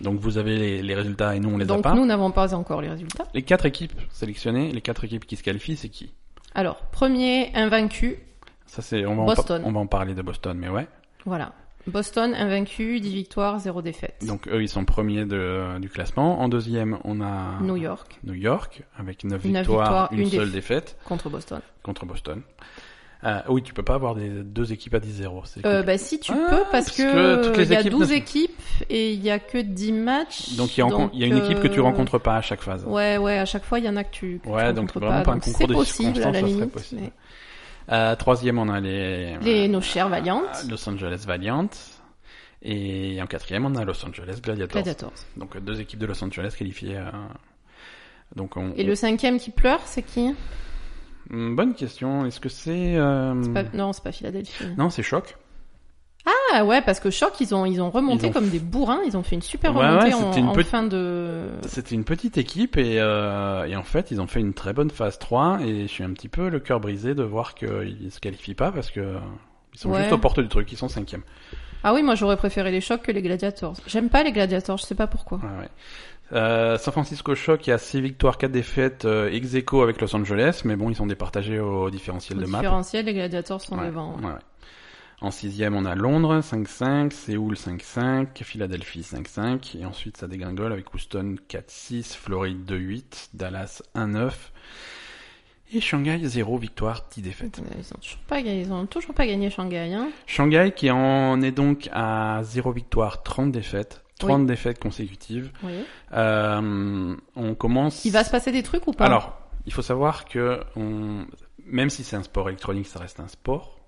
Donc vous avez les, les résultats et nous on les a
Donc
pas.
nous n'avons pas encore les résultats.
Les quatre équipes sélectionnées, les quatre équipes qui se qualifient, c'est qui
Alors, premier invaincu,
Ça c'est on va en par-
Boston.
on va en parler de Boston, mais ouais.
voilà. Boston invaincu, 10 victoires, 0 défaites.
Donc eux ils sont premiers de, du classement. En deuxième on a
New York
New York, avec 9
Neuf
victoires,
victoires,
une,
une
seule
défaite.
défaite
contre Boston.
contre Boston. Euh, oui, tu peux pas avoir des deux équipes à 10-0. c'est
Euh,
compliqué.
bah si tu
Ah,
peux, parce,
parce
que,
que toutes les
il y a
équipes
12
ne-
équipes et il y a que 10 matchs.
donc il y, a encon- il y a une équipe que tu
bah, euh,
rencontres pas à chaque phase.
Ouais, ouais, à chaque fois, il y en a que tu, que tu
Ouais, donc
rencontres
vraiment
pas.
par un
donc
concours
c'est
de
possible, à la
circonstances, ça serait
limite.
possible.
mais-
Euh, troisième on a les, euh,
Les, nos chères Valiantes,
Los Angeles Valiant. Et en quatrième, on a Los Angeles Gladiators.
Gladiators.
Donc euh, deux équipes de Los Angeles qualifiées. euh, Donc on...
Et le cinquième qui pleure, c'est qui hein
Hmm, Bonne question. Est-ce que c'est... euh,
C'est pas- Non, c'est pas Philadelphie.
Non, c'est choc.
Ah ouais, parce que Choc, ils ont, ils ont remonté
Ils ont-
comme des bourrins, ils ont fait une super
Ouais,
remontée
ouais,
en,
c'était une
en
petite-
fin de...
C'était une petite équipe et, euh, et en fait, ils ont fait une très bonne phase 3 et je suis un petit peu le cœur brisé de voir qu'ils se qualifient pas parce que euh, ils sont
Ouais.
juste aux portes du truc, ils sont cinquième.
Ah oui, moi j'aurais préféré les Chocs que les Gladiators. J'aime pas les Gladiators, je sais pas pourquoi.
Ouais, ouais. Euh, San Francisco Shock, il y a 6 victoires, 4 défaites, euh, ex aequo avec Los Angeles, mais bon, ils sont départagés au différentiel
Au
de map.
différentiel, les Gladiators sont
Ouais,
devant. ouais.
ouais, ouais. En sixième, on a Londres, 5-5, Séoul, 5-5, Philadelphie, 5-5, et ensuite ça dégringole avec Houston, 4-6, Floride, 2-8, Dallas, 1-9, et Shanghai, 0 victoire, 10 défaites.
Ils ont toujours pas gagné, ils ont toujours pas gagné Shanghai, hein.
Shanghai qui en est donc à 0 victoire, 30 défaites, 30 défaites consécutives.
Vous voyez
Euh, on commence...
Il va se passer des trucs ou pas
Alors, il faut savoir que on... même si c'est un sport électronique, ça reste un sport.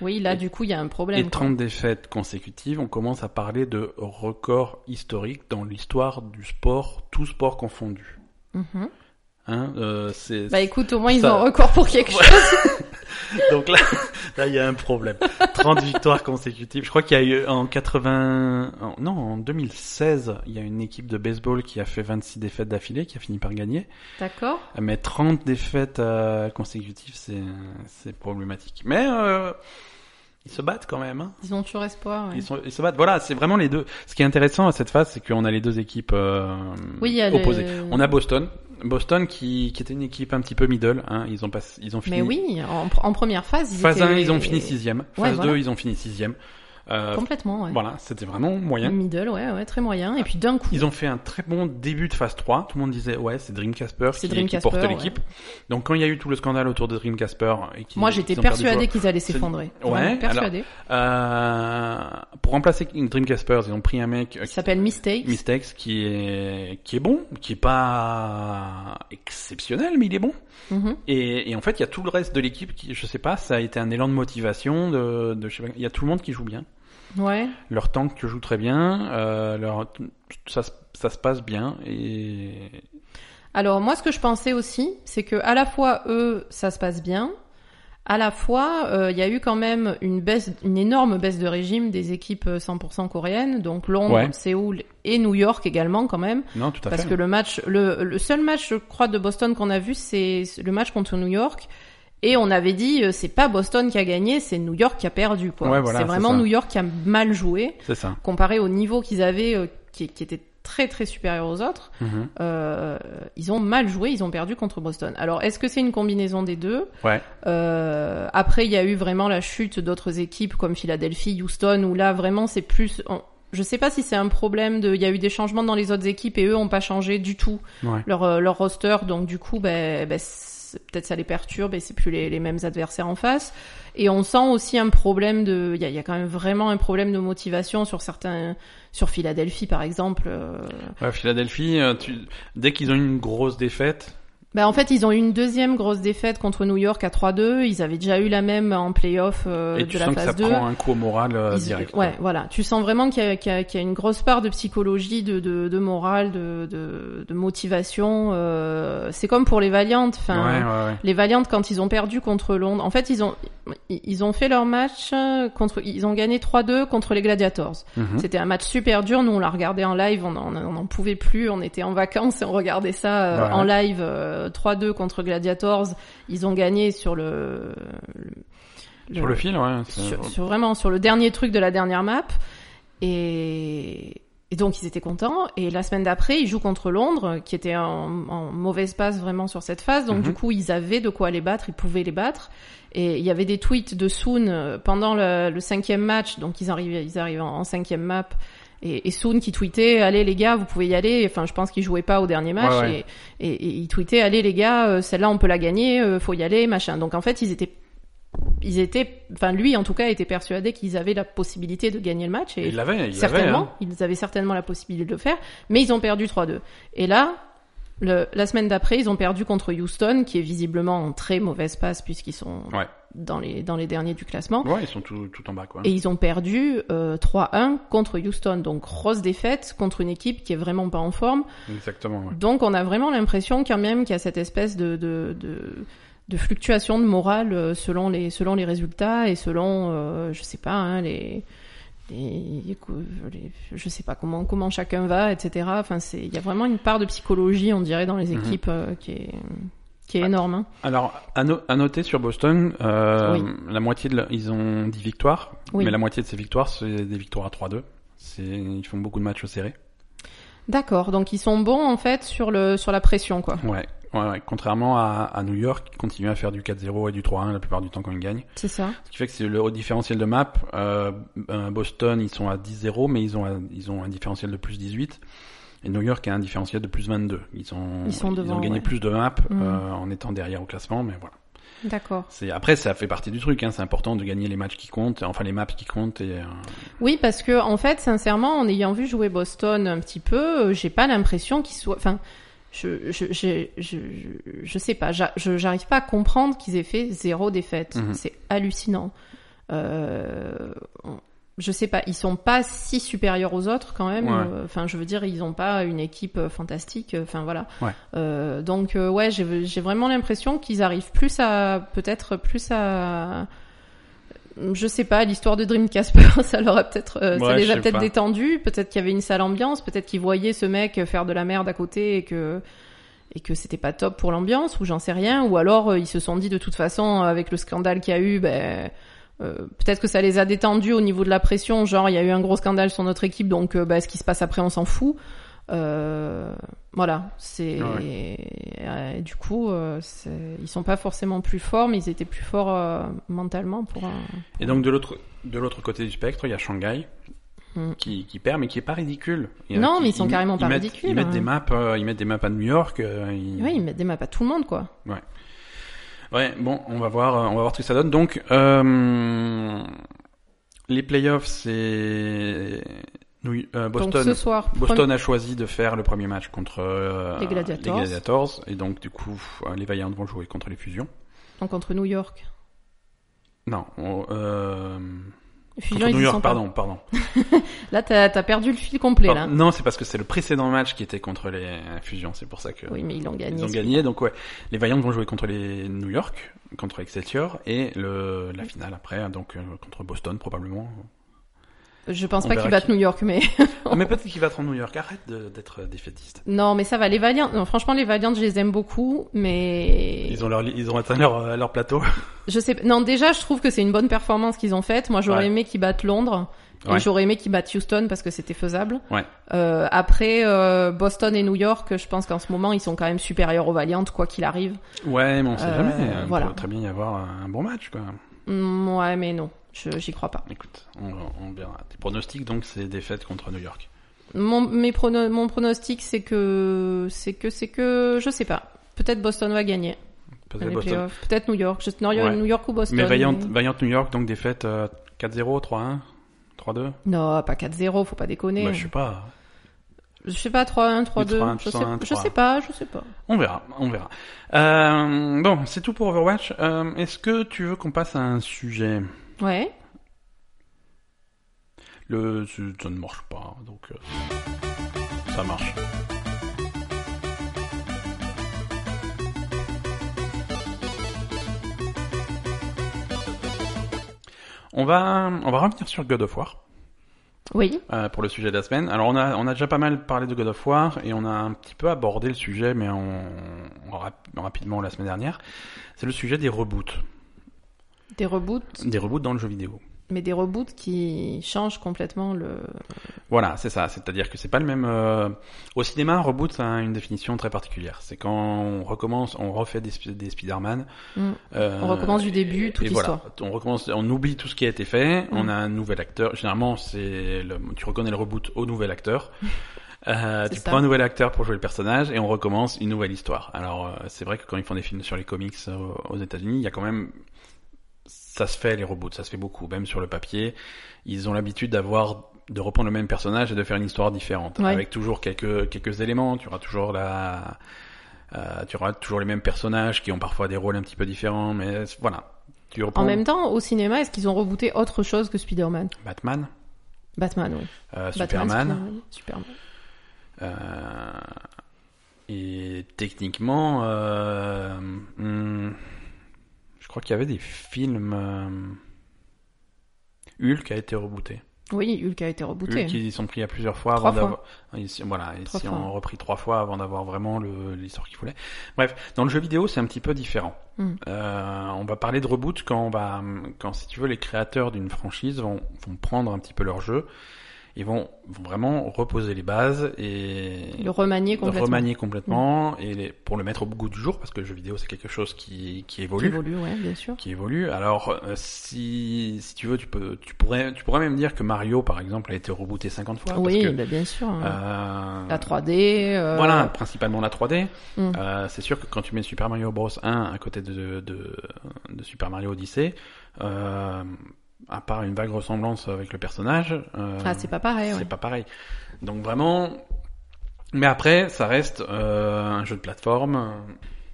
Oui, là
et-
du coup il y a un problème.
Et 30 défaites consécutives, on commence à parler de record historique dans l'histoire du sport, tout sport confondu.
quoi. Mhm.
Hein, euh, c'est-
Bah écoute, au moins ils
Ça-
ont un record pour quelque chose.
Donc là, là, il y a un problème. 30 victoires consécutives. Je crois qu'il y a eu en 80, en- non, en 2016, il y a une équipe de baseball qui a fait 26 défaites d'affilée, qui a fini par gagner. Ah,
D'accord
Mais 30 défaites euh, consécutives, c'est, c'est problématique. Mais euh, ils se battent quand même. Hein.
Ils ont toujours espoir. ouais.
Ils, sont- ils se battent. Voilà, c'est vraiment les deux. Ce qui est intéressant à cette phase, c'est qu'on a les deux équipes euh,
Oui, il y a le-
opposées. On a Boston. Boston qui, qui était une équipe un petit peu middle. Hein. Ils, ont pas, ils ont fini.
Mais oui, en, en première phase, ils
Phase
étaient-
1, ils ont fini sixième.
Ouais,
Phase 2,
voilà.
ils ont fini sixième. Euh,
Complètement, ouais. Mm.
Voilà, c'était vraiment moyen.
Middle, ouais, ouais, très moyen. Et puis d'un coup,
Ils ont fait un très bon début de phase 3. Tout le monde disait, ouais, c'est Dream Casper
C'est
qui,
Dream
qui
Casper,
porte
ouais.
l'équipe. Donc quand il y a eu tout le scandale autour de Dream Casper et qu'ils-
moi j'étais
qu'ils ont perdu
persuadée qu'ils allaient s'effondrer.
Ouais,
Vraiment,
alors-
persuadée.
Euh, pour remplacer Dream Casper, ils ont pris un mec euh,
Il s'appelle Mistake.
Mistex qui est qui est bon, qui est pas exceptionnel mais il est bon.
Mhm.
Et, et en fait, il y a tout le reste de l'équipe qui je sais pas, ça a été un élan de motivation de, de je sais pas, il y a tout le monde qui joue bien.
Ouais.
Leur tank joue très bien, euh, leur ça se- ça se passe bien et
Alors moi ce que je pensais aussi, c'est que à la fois eux, ça se passe bien. À la fois, euh, il y a eu quand même une baisse, une énorme baisse de régime des équipes euh, 100% coréennes, donc Londres,
Ouais.
Séoul et New York également quand même,
non, tout à
parce
fait.
que le match, le, le seul match je crois de Boston qu'on a vu, c'est le match contre New York, et on avait dit euh, c'est pas Boston qui a gagné, c'est New York qui a perdu quoi.
Ouais, voilà,
c'est
c'est
vraiment
ça.
New York qui a mal joué
C'est ça.
comparé au niveau qu'ils avaient, euh, qui, qui était très très supérieur aux autres
Mhm.
euh, ils ont mal joué, ils ont perdu contre Boston. Alors, est-ce que c'est une combinaison des deux
Ouais.
Euh, Après, il y a eu vraiment la chute d'autres équipes comme Philadelphie, Houston, où là, vraiment, c'est plus... on- Je sais pas si c'est un problème de... Il y a eu des changements dans les autres équipes et eux ont pas changé du tout
Ouais.
leur, euh, leur roster, donc du coup, ben, ben, c'est- peut-être ça les perturbe et c'est plus les, les mêmes adversaires en face. Et on sent aussi un problème de... Il y a, il y a quand même vraiment un problème de motivation sur certains... Sur Philadelphie, par exemple. euh,
Ouais, Philadelphie, euh, tu- dès qu'ils ont eu une grosse défaite,
Bah en fait, ils ont eu une deuxième grosse défaite contre New York à 3-2. Ils avaient déjà eu la même en playoff euh,
et
de
tu
la
sens que ça
phase 2.
prend un coup au moral euh,
Ils-
direct.
ouais, voilà. Tu sens vraiment qu'il y, a- qu'il y a- qu'il y a une grosse part de psychologie, de, de, de morale, de, de, de motivation. euh, C'est comme pour les Valiantes. Enfin,
ouais, ouais, ouais.
les Valiantes quand ils ont perdu contre Londres. En fait, ils ont ils- ils ont fait leur match euh, contre. Ils ont gagné 3-2 contre les Gladiators.
Mhm.
C'était un match super dur. Nous, on l'a regardé en live. On en, on en pouvait plus. On était en vacances et on regardait ça euh,
Ouais.
en live. euh, 3-2 contre Gladiators. Ils ont gagné sur le, le-
Sur le fil, ouais. c'est-
sur- sur- vraiment sur le dernier truc de la dernière map. Et Et donc ils étaient contents. Et la semaine d'après, ils jouent contre Londres, qui était en, en mauvaise passe vraiment sur cette phase. Donc
Mhm.
du coup, ils avaient de quoi les battre, ils pouvaient les battre. Et il y avait des tweets de Soon euh, pendant le, le cinquième match. Donc ils arrivaient, ils arrivent en, en cinquième map. Et, et Soon qui tweetait, allez les gars, vous pouvez y aller. Enfin, je pense qu'il jouait pas au dernier match.
Ouais, ouais.
Et, et, et il tweetait, allez les gars, euh, celle-là on peut la gagner, euh, faut y aller, machin. Donc en fait, ils étaient, ils étaient, enfin lui en tout cas était persuadé qu'ils avaient la possibilité de gagner le match. Et,
Il l'avait, il l'avait.
certainement,
hein.
ils avaient certainement la possibilité de le faire, mais ils ont perdu 3-2. Et là, le- la semaine d'après, ils ont perdu contre Houston, qui est visiblement en très mauvaise passe puisqu'ils sont
Ouais.
dans, les, dans les derniers du classement.
hein. Ouais, ils sont tout, tout en bas, quoi.
Et ils ont perdu euh, 3-1 contre Houston, donc grosse défaite contre une équipe qui est vraiment pas en forme.
Exactement, ouais.
Donc on a vraiment l'impression quand même qu'il y a cette espèce de, de, de, de fluctuation de morale euh, selon les, selon les résultats et selon, euh, je sais pas, hein, les, les, les- je sais pas comment, comment chacun va, etc. Enfin, c'est, il y a vraiment une part de psychologie, on dirait, dans les
Mhm.
équipes euh, qui est, qui est énorme. hein.
Alors, à, no- à noter sur Boston, euh,
Oui.
la moitié de la- ils ont 10 victoires,
Oui.
mais la moitié de ces victoires, c'est des victoires à 3-2. C'est- Ils font beaucoup de matchs serrés.
D'accord. Donc ils sont bons, en fait, sur le, sur la pression, quoi.
Ouais, ouais, ouais. Contrairement à, à New York, qui continue à faire du 4-0 et du 3-1 la plupart du temps quand ils gagnent.
C'est ça.
Ce qui fait que c'est le différentiel de map. Euh, euh, Boston, ils sont à 10-0, mais ils ont, un- ils ont un différentiel de plus 18. Et New York a un différentiel de plus 22. Ils, sont,
Ils sont devant,
ont gagné
ouais.
plus de maps
Mhm.
euh, en étant derrière au classement, mais voilà.
D'accord.
C'est après ça fait partie du truc. Hein, c'est important de gagner les matchs qui comptent, enfin les maps qui comptent. Et, euh,
Oui, parce que en fait, sincèrement, en ayant vu jouer Boston un petit peu, euh, j'ai pas l'impression qu'ils soient. Enfin, je je je je, je- je sais pas. j'a- je- J'arrive pas à comprendre qu'ils aient fait zéro défaite.
Mhm.
C'est hallucinant. Euh, on- je sais pas. Ils sont pas si supérieurs aux autres quand même.
Ouais.
Euh, Enfin, je veux dire, ils ont pas une équipe euh, fantastique. Enfin voilà.
Ouais.
Euh, donc euh, ouais, j'ai j'ai vraiment l'impression qu'ils arrivent plus à peut-être plus à je sais pas, l'histoire de Dream Casper, ça leur a peut-être, euh, ça
Ouais,
les
je
a
sais
peut-être
pas.
détendus. Peut-être qu'il y avait une sale ambiance. Peut-être qu'ils voyaient ce mec faire de la merde à côté et que et que c'était pas top pour l'ambiance ou j'en sais rien. Ou alors euh, ils se sont dit de toute façon avec le scandale qu'il y a eu, ben. euh, peut-être que ça les a détendus au niveau de la pression, genre il y a eu un gros scandale sur notre équipe, donc euh, bah, ce qui se passe après on s'en fout. Euh, voilà, c'est
Ah
euh, du coup euh, c'est- ils sont pas forcément plus forts, mais ils étaient plus forts euh, mentalement pour. un-
et donc de l'autre de l'autre côté du spectre, il y a Shanghai
Mm.
qui, qui perd, mais qui est pas ridicule. Il y a-
Non,
qui-
mais ils sont carrément pas
mettent-
ridicules,
Ils mettent
hein.
des maps, euh, ils mettent des maps à New York. euh, ils-
Ouais, ils mettent des maps à tout le monde quoi.
Ouais, bon, on va voir, euh, on va voir ce que ça donne. Donc, euh, les playoffs, c'est New- euh, Boston.
Donc ce soir,
Boston a choisi de faire le premier match contre euh,
Les Gladiators.
les Gladiators, et donc du coup, euh, les Vaillants vont jouer contre les Fusions.
premier- donc contre New York.
Non, on- euh,
Fusion,
contre
ils
New
y
York,
sont pas.
pardon, pardon.
Là, t'as as perdu le fil complet
Pardon.
là.
Non, c'est parce que c'est le précédent match qui était contre les euh, Fusions, c'est pour ça que
Oui, mais ils l'ont gagné.
ils ont gagné. Donc ouais, les Vaillants vont jouer contre les New York, contre Excelsior, et le, la finale après, donc euh, contre Boston probablement.
Je pense
On
pas
verra
qu'ils battent
qui-
New York, mais
Ah, mais peut-être qu'il va être en New York. Arrête de- d'être euh, défaitiste.
non, mais ça va. Les Valiants, non, franchement, les Valiants, je les aime beaucoup, mais
Ils ont leur, ils ont atteint leur, euh, leur plateau.
Je sais non déjà je trouve que c'est une bonne performance qu'ils ont faite. Moi j'aurais
Ouais.
aimé qu'ils battent Londres et
Ouais.
j'aurais aimé qu'ils battent Houston parce que c'était faisable.
Ouais.
Euh, après euh, Boston et New York, je pense qu'en ce moment ils sont quand même supérieurs aux Valiant quoi qu'il arrive.
Ouais, mais on sait
Euh,
jamais. Il
voilà.
peut très bien y avoir un bon match, quoi.
Hmm, ouais mais non, je, j'y crois pas.
Écoute, on, on verra. Tes pronostics, donc, c'est défaite contre New York.
Mon mes prono- mon pronostic c'est que c'est que c'est que je sais pas. Peut-être Boston va gagner
Peut-être
les
Boston.
playoffs. Peut-être New York. Je- New York,
Ouais.
New York ou Boston.
Mais Vaillant, Vaillant New York, donc défaite euh, 4-0, 3-1, 3-2.
Non, pas 4-0, faut pas déconner.
Bah, je sais pas.
je... sais pas 3-1, 3-2,
3-1,
je, sais...
3-1,
je sais pas, je sais pas.
On verra, on verra. Euh, bon, c'est tout pour Overwatch. Euh, Est-ce que tu veux qu'on passe à un sujet
Ouais.
Le, ça ne marche pas, donc euh, ça marche. On va, on va revenir sur God of War
Oui.
euh, pour le sujet de la semaine. Alors on a, on a déjà pas mal parlé de God of War et on a un petit peu abordé le sujet, mais on, on rap- rapidement la semaine dernière. C'est le sujet des reboots,
Des reboots
des reboots dans le jeu vidéo.
Mais des reboots qui changent complètement le.
Voilà, c'est ça. C'est-à-dire que c'est pas le même. euh, Au cinéma, un reboot ça a une définition très particulière. C'est quand on recommence, on refait des, sp- des Spider-Man.
Mm.
euh,
On recommence du
et-
début, toute
et voilà.
l'histoire.
On recommence, on oublie tout ce qui a été fait. On
Mm.
a un nouvel acteur. Généralement, c'est le- tu reconnais le reboot au nouvel acteur. Euh,
C'est
tu
ça.
prends un nouvel acteur pour jouer le personnage et on recommence une nouvelle histoire. Alors euh, c'est vrai que quand ils font des films sur les comics euh, aux États-Unis, il y a quand même ça se fait les reboots, ça se fait beaucoup, même sur le papier. Ils ont l'habitude d'avoir de reprendre le même personnage et de faire une histoire différente,
Ouais.
avec toujours quelques quelques éléments. Tu auras toujours la, euh, tu auras toujours les mêmes personnages qui ont parfois des rôles un petit peu différents, mais voilà. Tu reprends
En même temps, au cinéma, est-ce qu'ils ont rebooté autre chose que Spider-Man
Batman,
Batman, oui.
euh,
Batman,
Superman.
Superman. Superman.
Euh, et techniquement, euh, hmm, je crois qu'il y avait des films. euh, Hulk a été rebooté.
Oui, Hulk a été rebooté.
Hulk, ils y sont pris à plusieurs fois
Trois
avant
fois.
d'avoir. ils- Voilà, ils
Trois
s'y
fois.
ont repris trois fois avant d'avoir vraiment le- l'histoire qu'ils voulaient. Bref, dans le jeu vidéo, c'est un petit peu différent.
Mm.
Euh, on va parler de reboot quand on va, quand si tu veux, les créateurs d'une franchise vont, vont prendre un petit peu leur jeu. Ils vont vont vraiment reposer les bases et
Le remanier
de
complètement. Hmm.
remanier complètement et les- pour le mettre au goût du jour parce que le jeu vidéo c'est quelque chose qui, qui
Qui
évolue
évolue, ouais, bien sûr.
qui évolue alors euh, si, si tu veux tu peux tu pourrais tu pourrais même dire que Mario par exemple a été rebooté 50 fois
oui,
parce que,
bah, bien sûr.
euh,
La 3D. euh,
voilà principalement la 3D
Mm.
Euh, c'est sûr que quand tu mets Super Mario Bros 1 à côté de de, de Super Mario Odyssey euh, à part une vague ressemblance avec le personnage euh,
Ah, c'est pas pareil.
c'est
ouais.
pas pareil. Donc vraiment. Mais après, ça reste euh, un jeu de plateforme.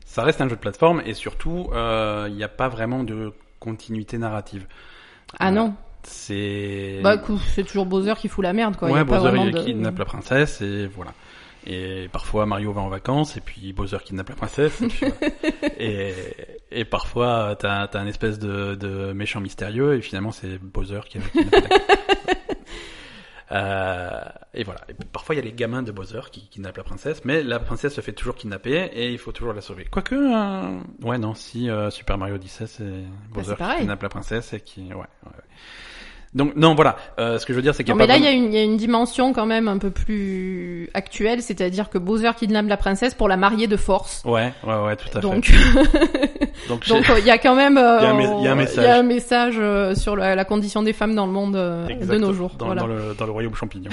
Ça reste un jeu de plateforme et surtout, euh, il n'y a pas vraiment de continuité narrative.
Ah non.
C'est.
Bah, écoute, c'est toujours Bowser qui fout la merde, quoi. Il y
ouais,
a pas
Bowser
vraiment
il
de-
kidnappe la princesse et voilà. Et parfois Mario va en vacances et puis Bowser kidnappe la princesse. Et, puis voilà. et, et parfois t'as t'as un espèce de, de méchant mystérieux et finalement c'est Bowser qui va kidnapper. la- Euh, et voilà. Et parfois il y a les gamins de Bowser qui kidnappent la princesse, mais la princesse se fait toujours kidnapper et il faut toujours la sauver. Quoique, euh, ouais non, si euh, Super Mario 17 c'est Bowser qui
Bah, pareil.
kidnappe la princesse et qui, ouais. ouais, ouais. Donc non voilà, Euh, ce que je veux dire c'est qu'il
Non,
y a
mais
pas
là, il
vraiment-
y, a une- il y a une dimension quand même un peu plus actuelle, c'est-à-dire que Bowser kidnappe la princesse pour la marier de force.
Ouais, ouais, ouais, tout à
Donc,
fait. Donc,
donc
j'ai-
euh, il y a quand même euh,
Il y a un mé- il y a un message.
il y a un message, euh, sur la, la condition des femmes dans le monde euh, de
Exact,
nos jours.
Dans,
voilà.
dans le, dans le royaume champignon.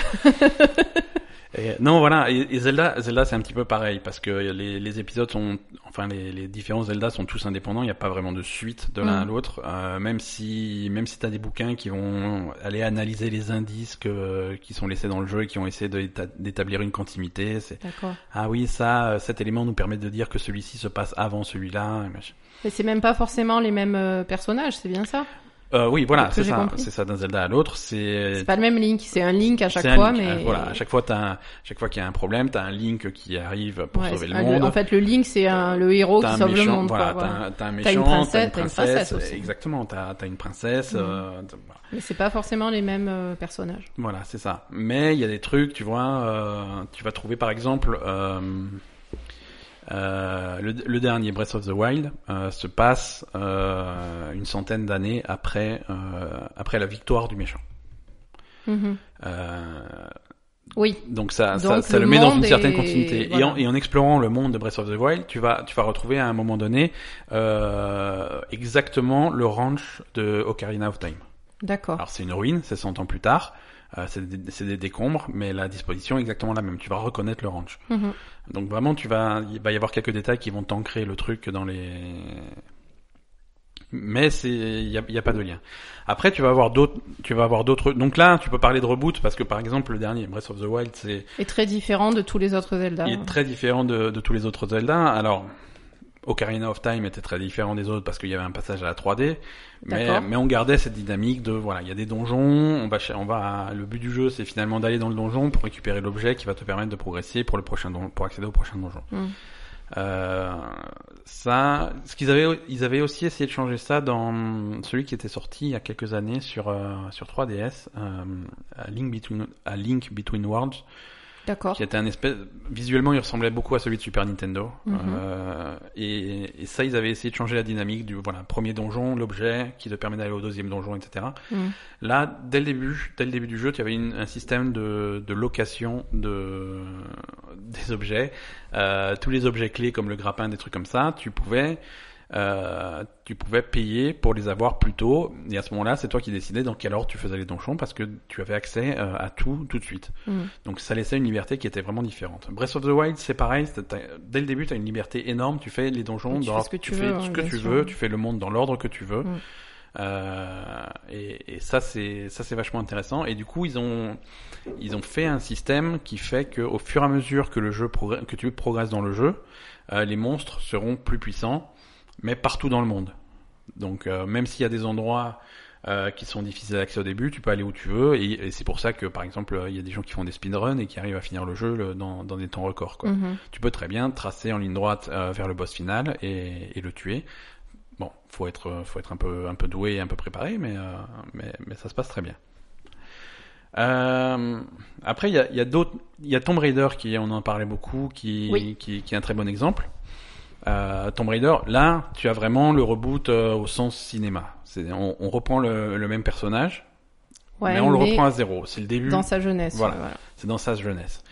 Et, non, voilà, et, et Zelda, Zelda c'est un petit peu pareil, parce que les, les épisodes sont, enfin, les, les différents Zelda sont tous indépendants, il n'y a pas vraiment de suite de l'un
Mm.
à l'autre, euh, même si, même si t'as des bouquins qui vont aller analyser les indices que, qui sont laissés dans le jeu et qui ont essayé de- d'établir une continuité, c'est,
D'accord.
ah oui, ça, euh, cet élément nous permet de dire que celui-ci se passe avant celui-là, et machin.
Mais c'est même pas forcément les mêmes euh, personnages, c'est bien ça.
Euh, oui, voilà,
Que
c'est
j'ai
ça,
compris.
c'est ça d'un Zelda à l'autre, c'est
C'est pas le même Link, c'est un Link à chaque
Euh, c'est un
fois,
link.
mais
Euh, voilà, à chaque fois t'as un- à chaque fois qu'il y a un problème, t'as un Link qui arrive pour
Ouais,
sauver
c'est-
le
ah,
monde.
en fait, le Link, c'est un- le héros
T'as
qui
un
sauve
méchant,
le monde.
voilà,
quoi, voilà.
t'as un- t'as un
T'as une
méchant,
princesse, t'as une
princesse,
princesse aussi.
exactement, t'as t'as une princesse,
Mhm.
euh, t'as- voilà.
Mais c'est pas forcément les mêmes euh, personnages.
Voilà, c'est ça. Mais il y a des trucs, tu vois, euh, tu vas trouver par exemple euh, euh, le, le dernier Breath of the Wild euh, se passe euh, une centaine d'années après euh, après la victoire du méchant.
Mhm.
Euh,
Oui,
Donc ça,
Donc,
ça, ça
le
le, met dans
monde
une certaine
est-
continuité.
voilà.
Et, en, et en explorant le monde de Breath of the Wild, tu vas, tu vas retrouver à un moment donné euh, exactement le ranch de Ocarina of Time.
d'accord.
Alors c'est une ruine, c'est 100 ans plus tard, euh, c'est des, c'est des décombres, mais la disposition est exactement la même. Tu vas reconnaître le ranch.
Mhm.
Donc vraiment, tu vas, il va y avoir quelques détails qui vont t'ancrer le truc dans les. Mais c'est, il y a, il y a pas de lien. Après, tu vas avoir d'autres, tu vas avoir d'autres. Donc là, tu peux parler de reboot parce que par exemple, le dernier Breath of the Wild, c'est
Et très différent de tous les autres Zelda.
il est très différent de, de tous les autres Zelda. Alors, Ocarina of Time était très différent des autres parce qu'il y avait un passage à la 3D, mais,
D'accord.
mais on gardait cette dynamique de voilà, il y a des donjons, on va, cher- on va, le but du jeu c'est finalement d'aller dans le donjon pour récupérer l'objet qui va te permettre de progresser pour le prochain don- pour accéder au prochain donjon.
Mm.
Euh, ça, ce qu'ils avaient, ils avaient aussi essayé de changer ça dans celui qui était sorti il y a quelques années sur euh, sur 3DS, euh, à Link Between, à Link Between Worlds.
D'accord.
qui était un espèce. Visuellement, il ressemblait beaucoup à celui de Super Nintendo.
Mhm.
Euh, et, et ça, ils avaient essayé de changer la dynamique du voilà premier donjon, l'objet qui te permet d'aller au deuxième donjon, etc.
Mm.
Là, dès le début, dès le début du jeu, tu avais une- un système de, de location de des objets. Euh, tous les objets clés, comme le grappin, des trucs comme ça, tu pouvais euh, tu pouvais payer pour les avoir plus tôt. Et à ce moment-là, c'est toi qui décidais dans quelle ordre tu faisais les donjons parce que tu avais accès euh, à tout tout de suite.
Mm.
Donc ça laissait une liberté qui était vraiment différente. Breath of the Wild, c'est pareil. c'est- t'as- Dès le début, tu as une liberté énorme. Tu fais les donjons dans
Tu fais
l'ordre-
ce que
tu
tu
fais
veux,
ce
ouais,
que
bien
tu
sûr.
veux. Tu fais le monde dans l'ordre que tu veux.
Mm.
Euh, et, et ça, c'est ça, c'est vachement intéressant. Et du coup, ils ont ils ont fait un système qui fait que au fur et à mesure que le jeu progresse, que tu progresses dans le jeu, euh, les monstres seront plus puissants, mais partout dans le monde. Donc euh, même s'il y a des endroits euh, qui sont difficiles d'accès au début, tu peux aller où tu veux, et, et c'est pour ça que par exemple euh, il y a des gens qui font des speedruns et qui arrivent à finir le jeu le- dans, dans des temps records. Quoi.
Mhm.
Tu peux très bien tracer en ligne droite euh, vers le boss final et, et le tuer. Bon, faut être, euh, faut être un peu, un peu doué, et un peu préparé, mais, euh, mais, mais ça se passe très bien. Euh, après, il y a, il y a d'autres, il y a Tomb Raider qui, on en parlait beaucoup, qui,
Oui.
qui, qui est un très bon exemple. Euh, Tomb Raider, là, tu as vraiment le reboot euh, au sens cinéma. C'est, on, on reprend le, le même personnage,
Ouais,
mais on le reprend à zéro. C'est le début,
dans sa jeunesse.
Voilà.
ouais, voilà.
c'est dans sa jeunesse.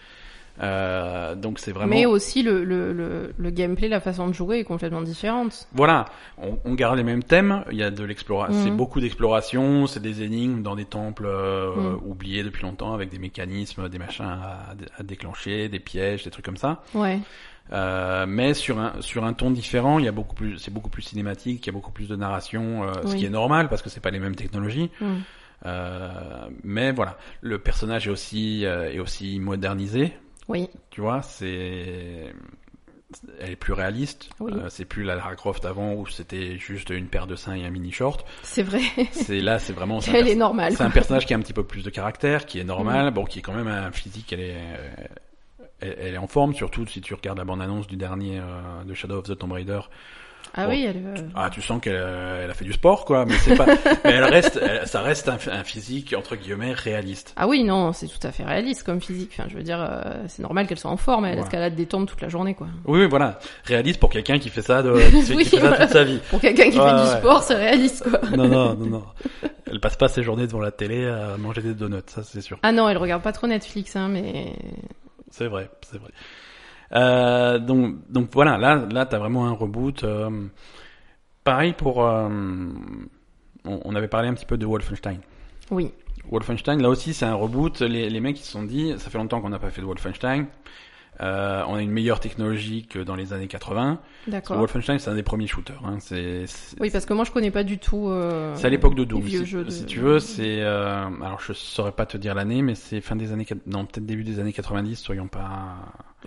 Euh, donc c'est vraiment.
Mais aussi le, le, le, le gameplay, la façon de jouer est complètement différente.
Voilà, on, on garde les mêmes thèmes. Il y a de l'exploration,
Mhm.
c'est beaucoup d'exploration, c'est des énigmes dans des temples euh,
Mhm.
oubliés depuis longtemps avec des mécanismes, des machins à, à déclencher, des pièges, des trucs comme ça.
Ouais.
Euh, mais sur un sur un ton différent, il y a beaucoup plus, c'est beaucoup plus cinématique, il y a beaucoup plus de narration, euh, ce
Oui.
qui est normal parce que c'est pas les mêmes technologies.
Mm.
Euh, mais voilà, le personnage est aussi euh, est aussi modernisé.
Oui.
Tu vois, c'est elle est plus réaliste.
Oui.
Euh, c'est plus la Lara Croft avant où c'était juste une paire de seins et un mini short.
C'est vrai.
C'est là, c'est vraiment c'est un,
Elle est
perso-
normale.
c'est un personnage qui a un petit peu plus de caractère, qui est normal, bon, qui est quand même un physique. Elle est, euh, elle, elle est en forme, surtout si tu regardes la bande-annonce du dernier euh, de Shadow of the Tomb Raider.
Ah
Bon.
oui, elle. euh,
Ah, tu sens qu'elle euh, elle a fait du sport, quoi, mais c'est pas. mais elle reste, elle- ça reste un, un physique entre guillemets réaliste.
Ah oui, non, c'est tout à fait réaliste comme physique. Enfin, je veux dire, euh, c'est normal qu'elle soit en forme. Elle
Voilà.
escalade des tombes toute la journée, quoi.
Oui, oui, voilà, réaliste pour quelqu'un qui fait ça, de, qui fait- qui
Oui,
fait ça
voilà.
toute sa vie.
Pour quelqu'un qui
Ouais,
fait
ouais.
du sport, c'est réaliste, quoi.
Non, non, non, non. Elle passe pas ses journées devant la télé à manger des donuts, ça c'est sûr.
Ah non, elle regarde pas trop Netflix, hein, mais
C'est vrai, c'est vrai. Euh, donc, donc voilà, là, là, t'as vraiment un reboot. euh, pareil pour, euh, on, on avait parlé un petit peu de Wolfenstein.
oui.
Wolfenstein, là aussi, c'est un reboot. Les, les mecs, ils se sont dit, ça fait longtemps qu'on n'a pas fait de Wolfenstein. Euh, on a une meilleure technologie que dans les années 80. Parce que
D'accord.
Wolfenstein, c'est un des premiers shooters. Hein. C'est, c'est-
Oui, parce que moi je connais pas du tout. euh,
C'est à l'époque de
les
Doom.
vieux
Si,
jeux de-
si tu veux, c'est euh, alors je saurais pas te dire l'année, mais c'est fin des années quat- non peut-être début des années 90. Soyons pas.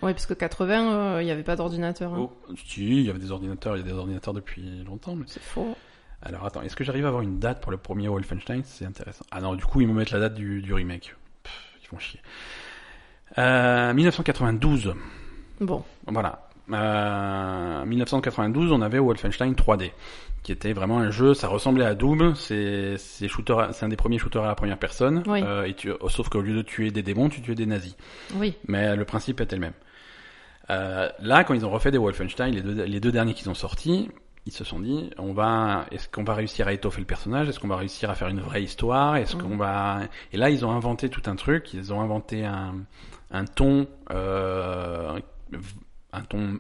Ouais, parce que 80, euh, il y avait pas d'ordinateur. hein.
Oh, si, il y avait des ordinateurs, il y a des ordinateurs depuis longtemps. mais-
C'est faux.
Alors attends, est-ce que j'arrive à avoir une date pour le premier Wolfenstein C'est intéressant. Ah non, du coup ils me mettent la date du, du remake. Pff, ils font chier. Euh, 1992.
Bon,
Voilà. Euh, 1992, on avait Wolfenstein 3D, qui était vraiment un jeu, ça ressemblait à Doom, c'est c'est shooter à- c'est un des premiers shooters à la première personne,
Oui.
euh, et tu, sauf qu'au lieu de tuer des démons, tu tuais des nazis.
oui.
Mais le principe était le même. Euh, là, quand ils ont refait des Wolfenstein, les deux, les deux derniers qu'ils ont sortis, ils se sont dit, on va, est-ce qu'on va réussir à étoffer le personnage Est-ce qu'on va réussir à faire une vraie histoire Est-ce
Mhm.
qu'on va Et là, ils ont inventé tout un truc. Ils ont inventé un, un ton, euh, un ton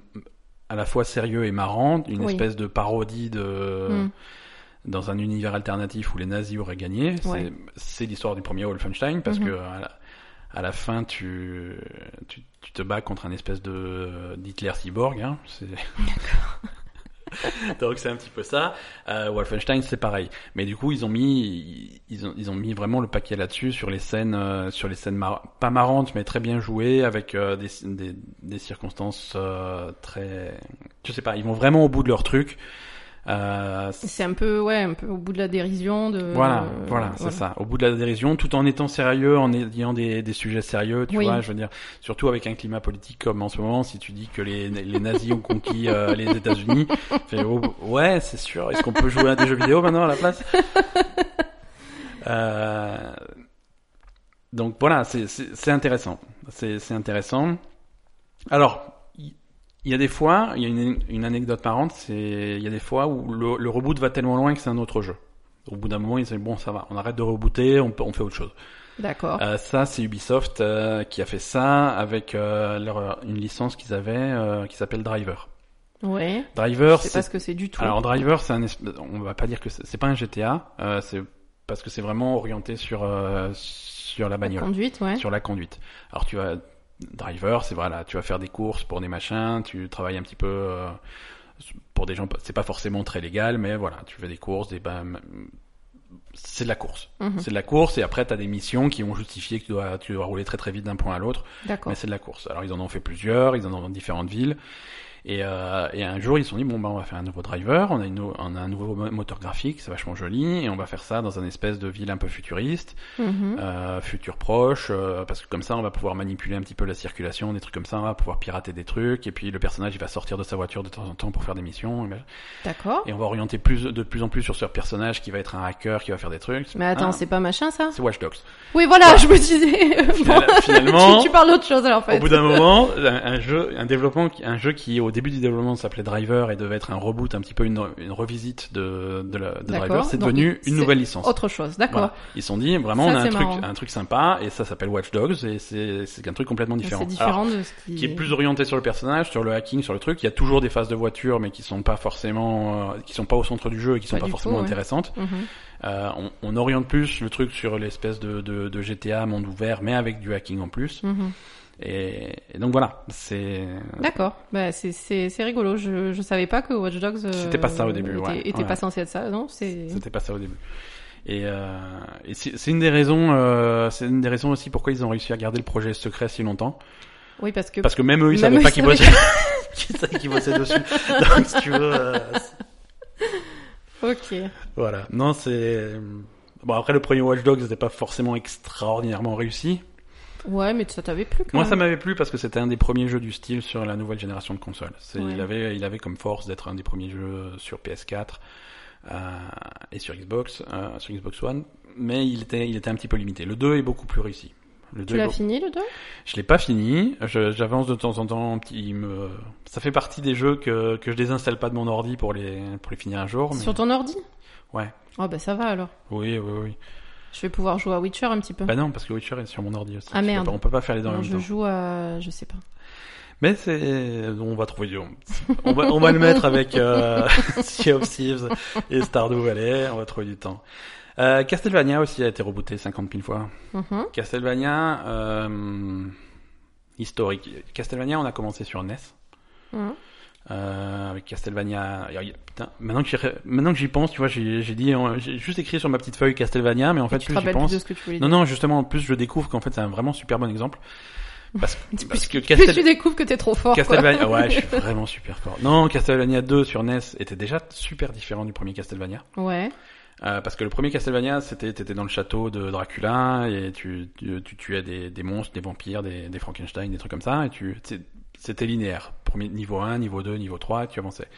à la fois sérieux et marrant, une
Oui.
espèce de parodie de
Hmm.
dans un univers alternatif où les nazis auraient gagné. C'est-
Ouais.
C'est l'histoire du premier Wolfenstein parce
Mhm.
que à la, à la fin tu, tu tu te bats contre un espèce de d'Hitler cyborg. Hein, c'est- Donc c'est un petit peu ça. Euh, Wolfenstein c'est pareil. Mais du coup ils ont mis ils ont ils ont mis vraiment le paquet là-dessus sur les scènes euh, sur les scènes mar- pas marrantes mais très bien jouées avec euh, des, des des circonstances euh, très je sais pas ils vont vraiment au bout de leur truc. Euh,
C'est un peu, ouais, un peu au bout de la dérision. De...
voilà,
euh,
voilà, c'est ça. Au bout de la dérision, tout en étant sérieux, en ayant des, des sujets sérieux, tu
Oui.
vois, je veux dire, surtout avec un climat politique comme en ce moment, si tu dis que les, les nazis ont conquis euh, les États-Unis, fais, oh, ouais, c'est sûr. Est-ce qu'on peut jouer à des jeux vidéo maintenant à la place Euh, Donc voilà, c'est- c'est c'est intéressant. C'est c'est intéressant. Alors, il il y a des fois, il y a une, une anecdote marrante, c'est il y a des fois où le, le reboot va tellement loin que c'est un autre jeu. Au bout d'un moment, ils disent bon, ça va, on arrête de rebooter, on, peut- on fait autre chose.
D'accord.
Euh, ça, c'est Ubisoft euh, qui a fait ça avec euh, leur- une licence qu'ils avaient euh, qui s'appelle Driver.
ouais. Je
Driver,
sais
c'est
pas ce que c'est du tout.
alors Driver, c'est un esp- on va pas dire que c'est c'est pas un GTA, euh, c'est parce que c'est vraiment orienté sur euh, sur la
La
bagnole
conduite, ouais.
sur la conduite. Alors tu vas driver, c'est voilà, tu vas faire des courses pour des machins, tu travailles un petit peu euh, pour des gens, c'est pas forcément très légal, mais voilà, tu fais des courses, des bam, c'est de la course,
Mhm.
c'est de la course, et après t'as des missions qui ont justifié que tu dois tu dois rouler très très vite d'un point à l'autre,
D'accord.
mais c'est de la course. Alors ils en ont fait plusieurs, ils en ont dans différentes villes. Et, euh, et un jour, ils se sont dit bon bah on va faire un nouveau driver, on a, une, nou- on a un nouveau mo- moteur graphique, c'est vachement joli, et on va faire ça dans un espèce de ville un peu futuriste
Mhm.
euh, futur proche, euh, parce que comme ça on va pouvoir manipuler un petit peu la circulation, des trucs comme ça, on va pouvoir pirater des trucs, et puis le personnage il va sortir de sa voiture de temps en temps pour faire des missions, et ben-
D'accord.
et on va orienter plus de plus en plus sur ce personnage qui va être un hacker, qui va faire des trucs.
Mais attends,
Ah,
c'est pas machin ça
c'est Watch Dogs.
Oui, voilà,
Voilà.
je me disais. euh, Bon,
Final- finalement,
tu, tu parles d'autre chose alors, en fait.
Au bout d'un moment, un, un jeu, un développement, qui- un jeu qui au début du développement s'appelait Driver et devait être un reboot, un petit peu une, une revisite de, de, la- de
D'accord,
Driver, c'est
donc
devenu
c'est
une nouvelle licence.
Autre chose, d'accord.
Voilà. Ils se sont dit vraiment
Ça,
on a un
c'est
truc,
marrant.
un truc sympa et ça s'appelle Watch Dogs et c'est c'est un truc complètement
Mais
différent.
C'est
Alors,
différent de ce qui...
qui est plus orienté sur le personnage, sur le hacking, sur le truc. Il y a toujours des phases de voiture, mais qui sont pas forcément, euh, qui sont pas au centre du jeu et qui sont
Pas
pas
du
forcément
tout, ouais.
intéressantes.
Mhm.
Euh, on, on oriente plus le truc sur l'espèce de, de, de GTA monde ouvert, mais avec du hacking en plus.
Mhm.
Et, et donc voilà, c'est
D'accord. Bah, c'est- c'est c'est rigolo. Je, je savais pas que Watch Dogs. euh,
C'était pas ça au début,
était,
ouais,
était
ouais.
pas censé être ça. Non, c'est.
c'était pas ça au début. Et, euh, et c'est c'est une des raisons, euh, c'est une des raisons aussi pourquoi ils ont réussi à garder le projet secret si longtemps.
Oui, parce que.
Parce que même eux, ils
Même
savaient
eux,
pas
ils
qu'ils
savaient
bossaient, qu'ils savaient qu'ils bossaient dessus. Donc si tu veux, euh,
Ok.
Voilà. Non, c'est. euh, Bon, après, le premier Watch Dogs n'était pas forcément extraordinairement réussi.
Ouais, mais ça t'avait plu quand
Moi, ça
même.
m'avait plu parce que c'était un des premiers jeux du style sur la nouvelle génération de consoles. C'est-
Ouais.
Il, avait, il avait comme force d'être un des premiers jeux sur PS4 euh, et sur Xbox, euh, sur Xbox One, mais il était, il était un petit peu limité. Le 2 est beaucoup plus réussi. Le 2
Tu
est
l'as
beau-
fini le 2
Je l'ai pas fini. Je- J'avance de temps en temps. un petit- Il me... Ça fait partie des jeux que, que je désinstalle pas de mon ordi pour les, pour les finir un jour. Mais...
Sur ton ordi
Ouais.
Oh, bah ça va alors.
Oui, oui, oui.
Je vais pouvoir jouer à Witcher un petit peu.
Bah non, parce que Witcher est sur mon ordi aussi.
Ah,
Tu peux
merde.
pas- On peut pas faire les deux en
Non,
même
je
temps.
joue à. Je sais pas.
Mais c'est, on va trouver, on, on va, on va le mettre avec euh, Sea of Thieves et Stardew Valley. On va trouver du temps. Euh, Castlevania aussi a été rebooté 50 000 fois.
Mhm.
Castlevania euh, historique. Castlevania, on a commencé sur NES.
Mhm.
Euh, avec Castlevania. alors, il y a- putain, maintenant que j'y ré- maintenant que j'y pense, tu vois, j'ai j'ai dit, euh, j'ai juste écrit sur ma petite feuille Castlevania, mais en
Et
fait,
tu te
plus j'y
rappelles
pense,
plus de ce que tu voulais
Non,
dire.
non, justement, en plus, je découvre qu'en fait, c'est un vraiment super bon exemple. Parce, que- parce que
Plus
Castel-
tu découvres que t'es trop fort. quoi.
Castlevania, ouais, je suis vraiment super fort. Non, Castlevania 2 sur NES était déjà super différent du premier Castlevania.
Ouais.
Euh, parce que le premier Castlevania, c'était, t'étais dans le château de Dracula et tu, tu, tu tuais des, des monstres, des vampires, des, des Frankenstein, des trucs comme ça et tu, c'est- c'était linéaire. Premier, niveau 1, niveau 2, niveau 3, tu avançais.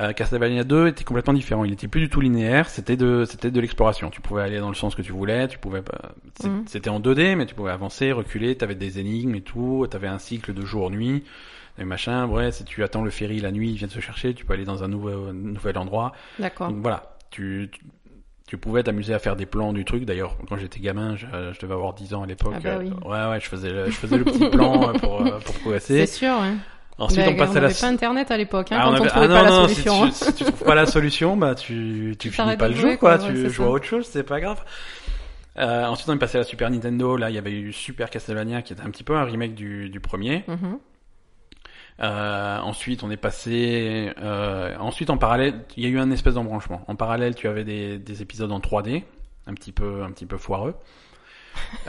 Euh, Castlevania 2 était complètement différent. Il était plus du tout linéaire. C'était de, c'était de l'exploration. Tu pouvais aller dans le sens que tu voulais. Tu pouvais pas. c'est-
Mhm.
C'était en 2D, mais tu pouvais avancer, reculer. T'avais des énigmes et tout. T'avais un cycle de jour-nuit, des machins. Ouais, si tu attends le ferry la nuit, il vient de se chercher. Tu peux aller dans un nouveau, nouvel endroit.
D'accord.
Donc voilà. Tu, tu, tu pouvais t'amuser à faire des plans du truc. D'ailleurs, quand j'étais gamin, je, je devais avoir 10 ans à l'époque.
Ah bah oui.
euh, Ouais, ouais, je faisais, le- je faisais le petit plan euh, pour, euh, pour progresser.
C'est sûr. hein.
Ensuite,
Bah,
on passe à
n'avait
la
pas internet à l'époque, hein,
ah,
quand
on
on
avait-
trouvait
ah, non,
pas
non,
la
si
solution.
tu- Si, tu trouves pas la solution, bah tu, tu finis
t'arrêtes
pas
de
le
jouer,
jeu, quoi.
quoi, ouais,
tu
c'est
joues à
ça.
autre chose, c'est pas grave. Euh, ensuite, on est passé à la Super Nintendo. Là, il y avait eu Super Castlevania, qui était un petit peu un remake du, du premier.
Mhm.
Euh, ensuite, on est passé. euh, ensuite, en parallèle, il y a eu un espèce d'embranchement. En parallèle, tu avais des, des épisodes en 3D, un petit peu, un petit peu foireux.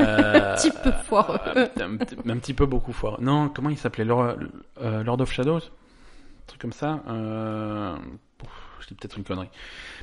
Euh,
Un petit peu foireux.
euh, un, petit- un petit peu beaucoup foireux. Non, comment il s'appelait Lord, euh, Lord of Shadows, un truc comme ça. Euh, ouf, je dis peut-être une connerie.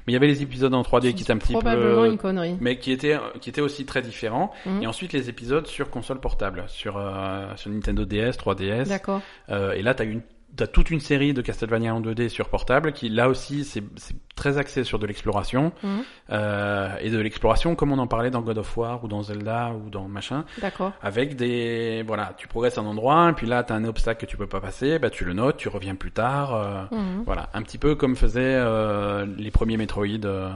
Mais il y avait les épisodes en 3D qui étaient un petit
Probablement
peu
une connerie.
mais qui était qui était aussi très différent
Mhm.
et ensuite les épisodes sur console portable sur euh, sur Nintendo DS 3DS
D'accord.
euh, et là, t'as eu une t'as toute une série de Castlevania en 2D sur portable qui là aussi c'est c'est très axé sur de l'exploration
Mhm.
euh, et de l'exploration comme on en parlait dans God of War ou dans Zelda ou dans machin
D'accord.
avec des voilà tu progresses à un endroit et puis là t'as un obstacle que tu peux pas passer bah tu le notes tu reviens plus tard euh,
Mhm.
voilà un petit peu comme faisaient euh, les premiers Metroid euh,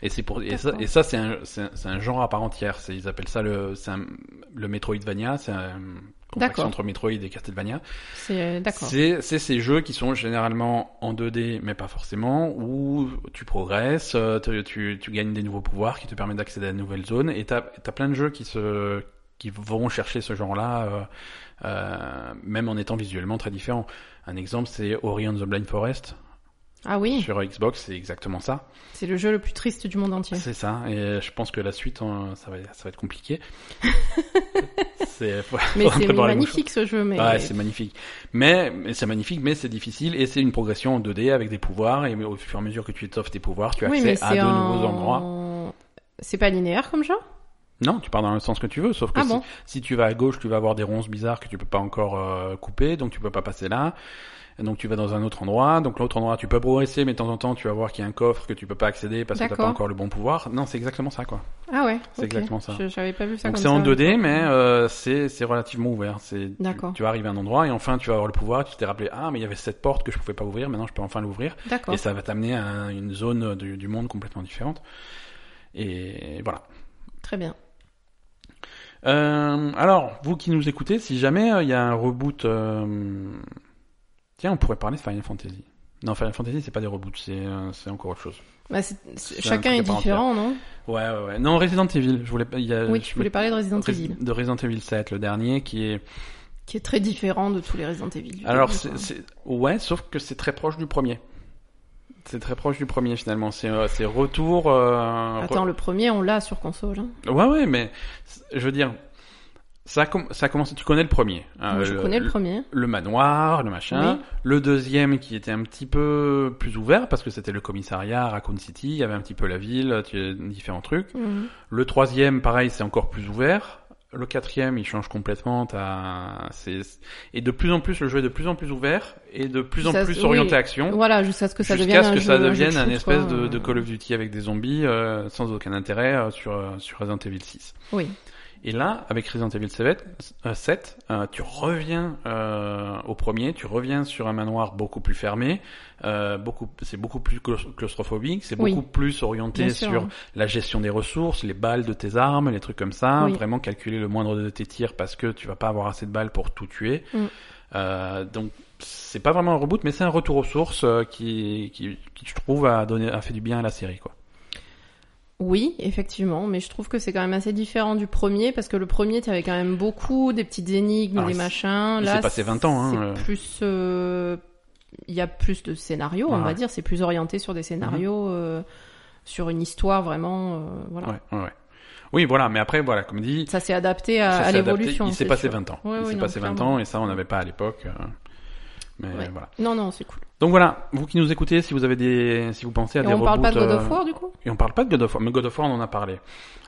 et c'est pour et ça,
D'accord.
et ça c'est un c'est un- c'est un genre à part entière c'est ils appellent ça le c'est un- le Metroidvania c'est un
D'accord.
contraction entre Metroid et Castlevania
C'est euh, d'accord.
c'est c'est ces jeux qui sont généralement en 2D, mais pas forcément, où tu progresses, euh, tu, tu, tu gagnes des nouveaux pouvoirs qui te permettent d'accéder à de nouvelles zones, et t'as as plein de jeux qui se qui vont chercher ce genre-là, euh, euh, même en étant visuellement très différents. Un exemple, c'est Ori and the Blind Forest
Ah oui,
sur Xbox, c'est exactement ça.
c'est le jeu le plus triste du monde entier.
C'est ça, et je pense que la suite, euh, ça va ça va être compliqué. c'est faudra
Mais c'est
préparer les mouchoirs.
magnifique ce jeu, mais
Ouais, c'est magnifique. Mais, mais c'est magnifique, mais c'est difficile et c'est une progression en 2D avec des pouvoirs et au fur et à mesure que tu étoffes tes pouvoirs, tu as
oui, mais
accès à
c'est
de
un-
nouveaux endroits.
C'est pas linéaire comme jeu
Non, tu pars dans le sens que tu veux, sauf que
Ah
si,
bon
si tu vas à gauche, tu vas avoir des ronces bizarres que tu peux pas encore euh, couper, donc tu peux pas passer là. Et Donc tu vas dans un autre endroit, donc l'autre endroit tu peux progresser, mais de temps en temps tu vas voir qu'il y a un coffre que tu peux pas accéder parce que t'as
D'accord.
pas encore le bon pouvoir. Non, c'est exactement ça quoi.
Ah ouais.
C'est
ok.
exactement ça.
Je- J'avais pas vu ça
Donc
comme
c'est
ça.
en 2D, mais euh, c'est c'est relativement ouvert. C'est tu-
D'accord.
Tu, vas arriver à un endroit et enfin tu vas avoir le pouvoir. Tu t'es rappelé ah mais il y avait cette porte que je pouvais pas ouvrir. Maintenant je peux enfin l'ouvrir
D'accord.
et ça va t'amener à une zone du, du monde complètement différente. Et voilà.
Très bien.
Euh, alors vous qui nous écoutez, si jamais euh, il y a un reboot, euh, tiens on pourrait parler de Final Fantasy. Non Final Fantasy c'est pas des reboots, c'est euh, c'est encore autre chose.
Bah, c'est- c'est-
C'est un
Chacun
truc
est
à part
différent, non
Ouais ouais ouais. Non Resident Evil. Je voulais pas- il y a,
Oui,
je
tu voulais parler de Resident Evil,
de Resident Evil 7, le dernier qui est
qui est très différent de tous les Resident Evil. du
Alors,
début,
c'est,
quoi.
c'est- ouais, sauf que c'est très proche du premier. C'est très proche du premier finalement. C'est, euh, c'est retour. euh, re-
Attends, le premier, on l'a sur console. hein.
Ouais, ouais, mais c'est- je veux dire, ça, com- ça commence. Tu connais le premier. hein,
Moi, je connais le premier.
le manoir, le machin.
Oui.
Le deuxième qui était un petit peu plus ouvert parce que c'était le commissariat, Raccoon City, il y avait un petit peu la ville, tu- différents trucs.
Mhm.
Le troisième, pareil, c'est encore plus ouvert. Le quatrième, il change complètement. t'as- c'est- Et de plus en plus, le jeu est de plus en plus ouvert et de plus en
Ça-
plus
oui.
orienté action.
Voilà, jusqu'à ce que ça devienne
Jusqu'à ce
un
que
jeu-
ça
un jeu de
devienne un
shoot,
espèce
quoi.
de, de Call of Duty avec des zombies euh, sans aucun intérêt euh, sur, euh, sur Resident Evil 6.
Oui.
Et là, avec Resident Evil 7, euh, 7, euh, tu reviens euh, au premier, tu reviens sur un manoir beaucoup plus fermé, euh, beaucoup, c'est beaucoup plus claus- claustrophobique, c'est
Oui.
beaucoup plus orienté
Bien sûr.
sur
hein.
la gestion des ressources, les balles de tes armes, les trucs comme ça,
Oui.
vraiment calculer le moindre de tes tirs parce que tu vas pas avoir assez de balles pour tout tuer.
Mm.
Euh, donc c'est pas vraiment un reboot, mais c'est un retour aux sources euh, qui, qui, qui je trouve a donné, a fait du bien à la série quoi.
Oui, effectivement, mais je trouve que c'est quand même assez différent du premier parce que le premier, t'avais quand même beaucoup des petites énigmes,
Alors,
des
il s-
machins.
il
Là,
s'est passé 20 ans, hein,
c'est
euh.
plus, euh, il y a plus de scénarios, on
Ah Ouais. Mhm.
va dire. C'est plus orienté sur des scénarios, euh, sur une histoire vraiment. euh, voilà,
Ouais, ouais, ouais. Oui voilà, mais après voilà comme dit,
ça s'est adapté à,
ça
à
s'est adapté,
l'évolution.
Il s'est
c'est
passé
sûr.
20 ans.
Ouais,
il
ouais,
s'est
non,
passé 20
clairement.
ans et ça on n'avait pas à l'époque. euh, Mais
Ouais.
voilà.
Non, non, c'est cool.
Donc voilà, vous qui nous écoutez, si vous avez des, si vous pensez à
Et
des
on parle pas de
reboots,
God of
euh,
War du coup
Et on parle pas de God of War, mais God of War on en a parlé.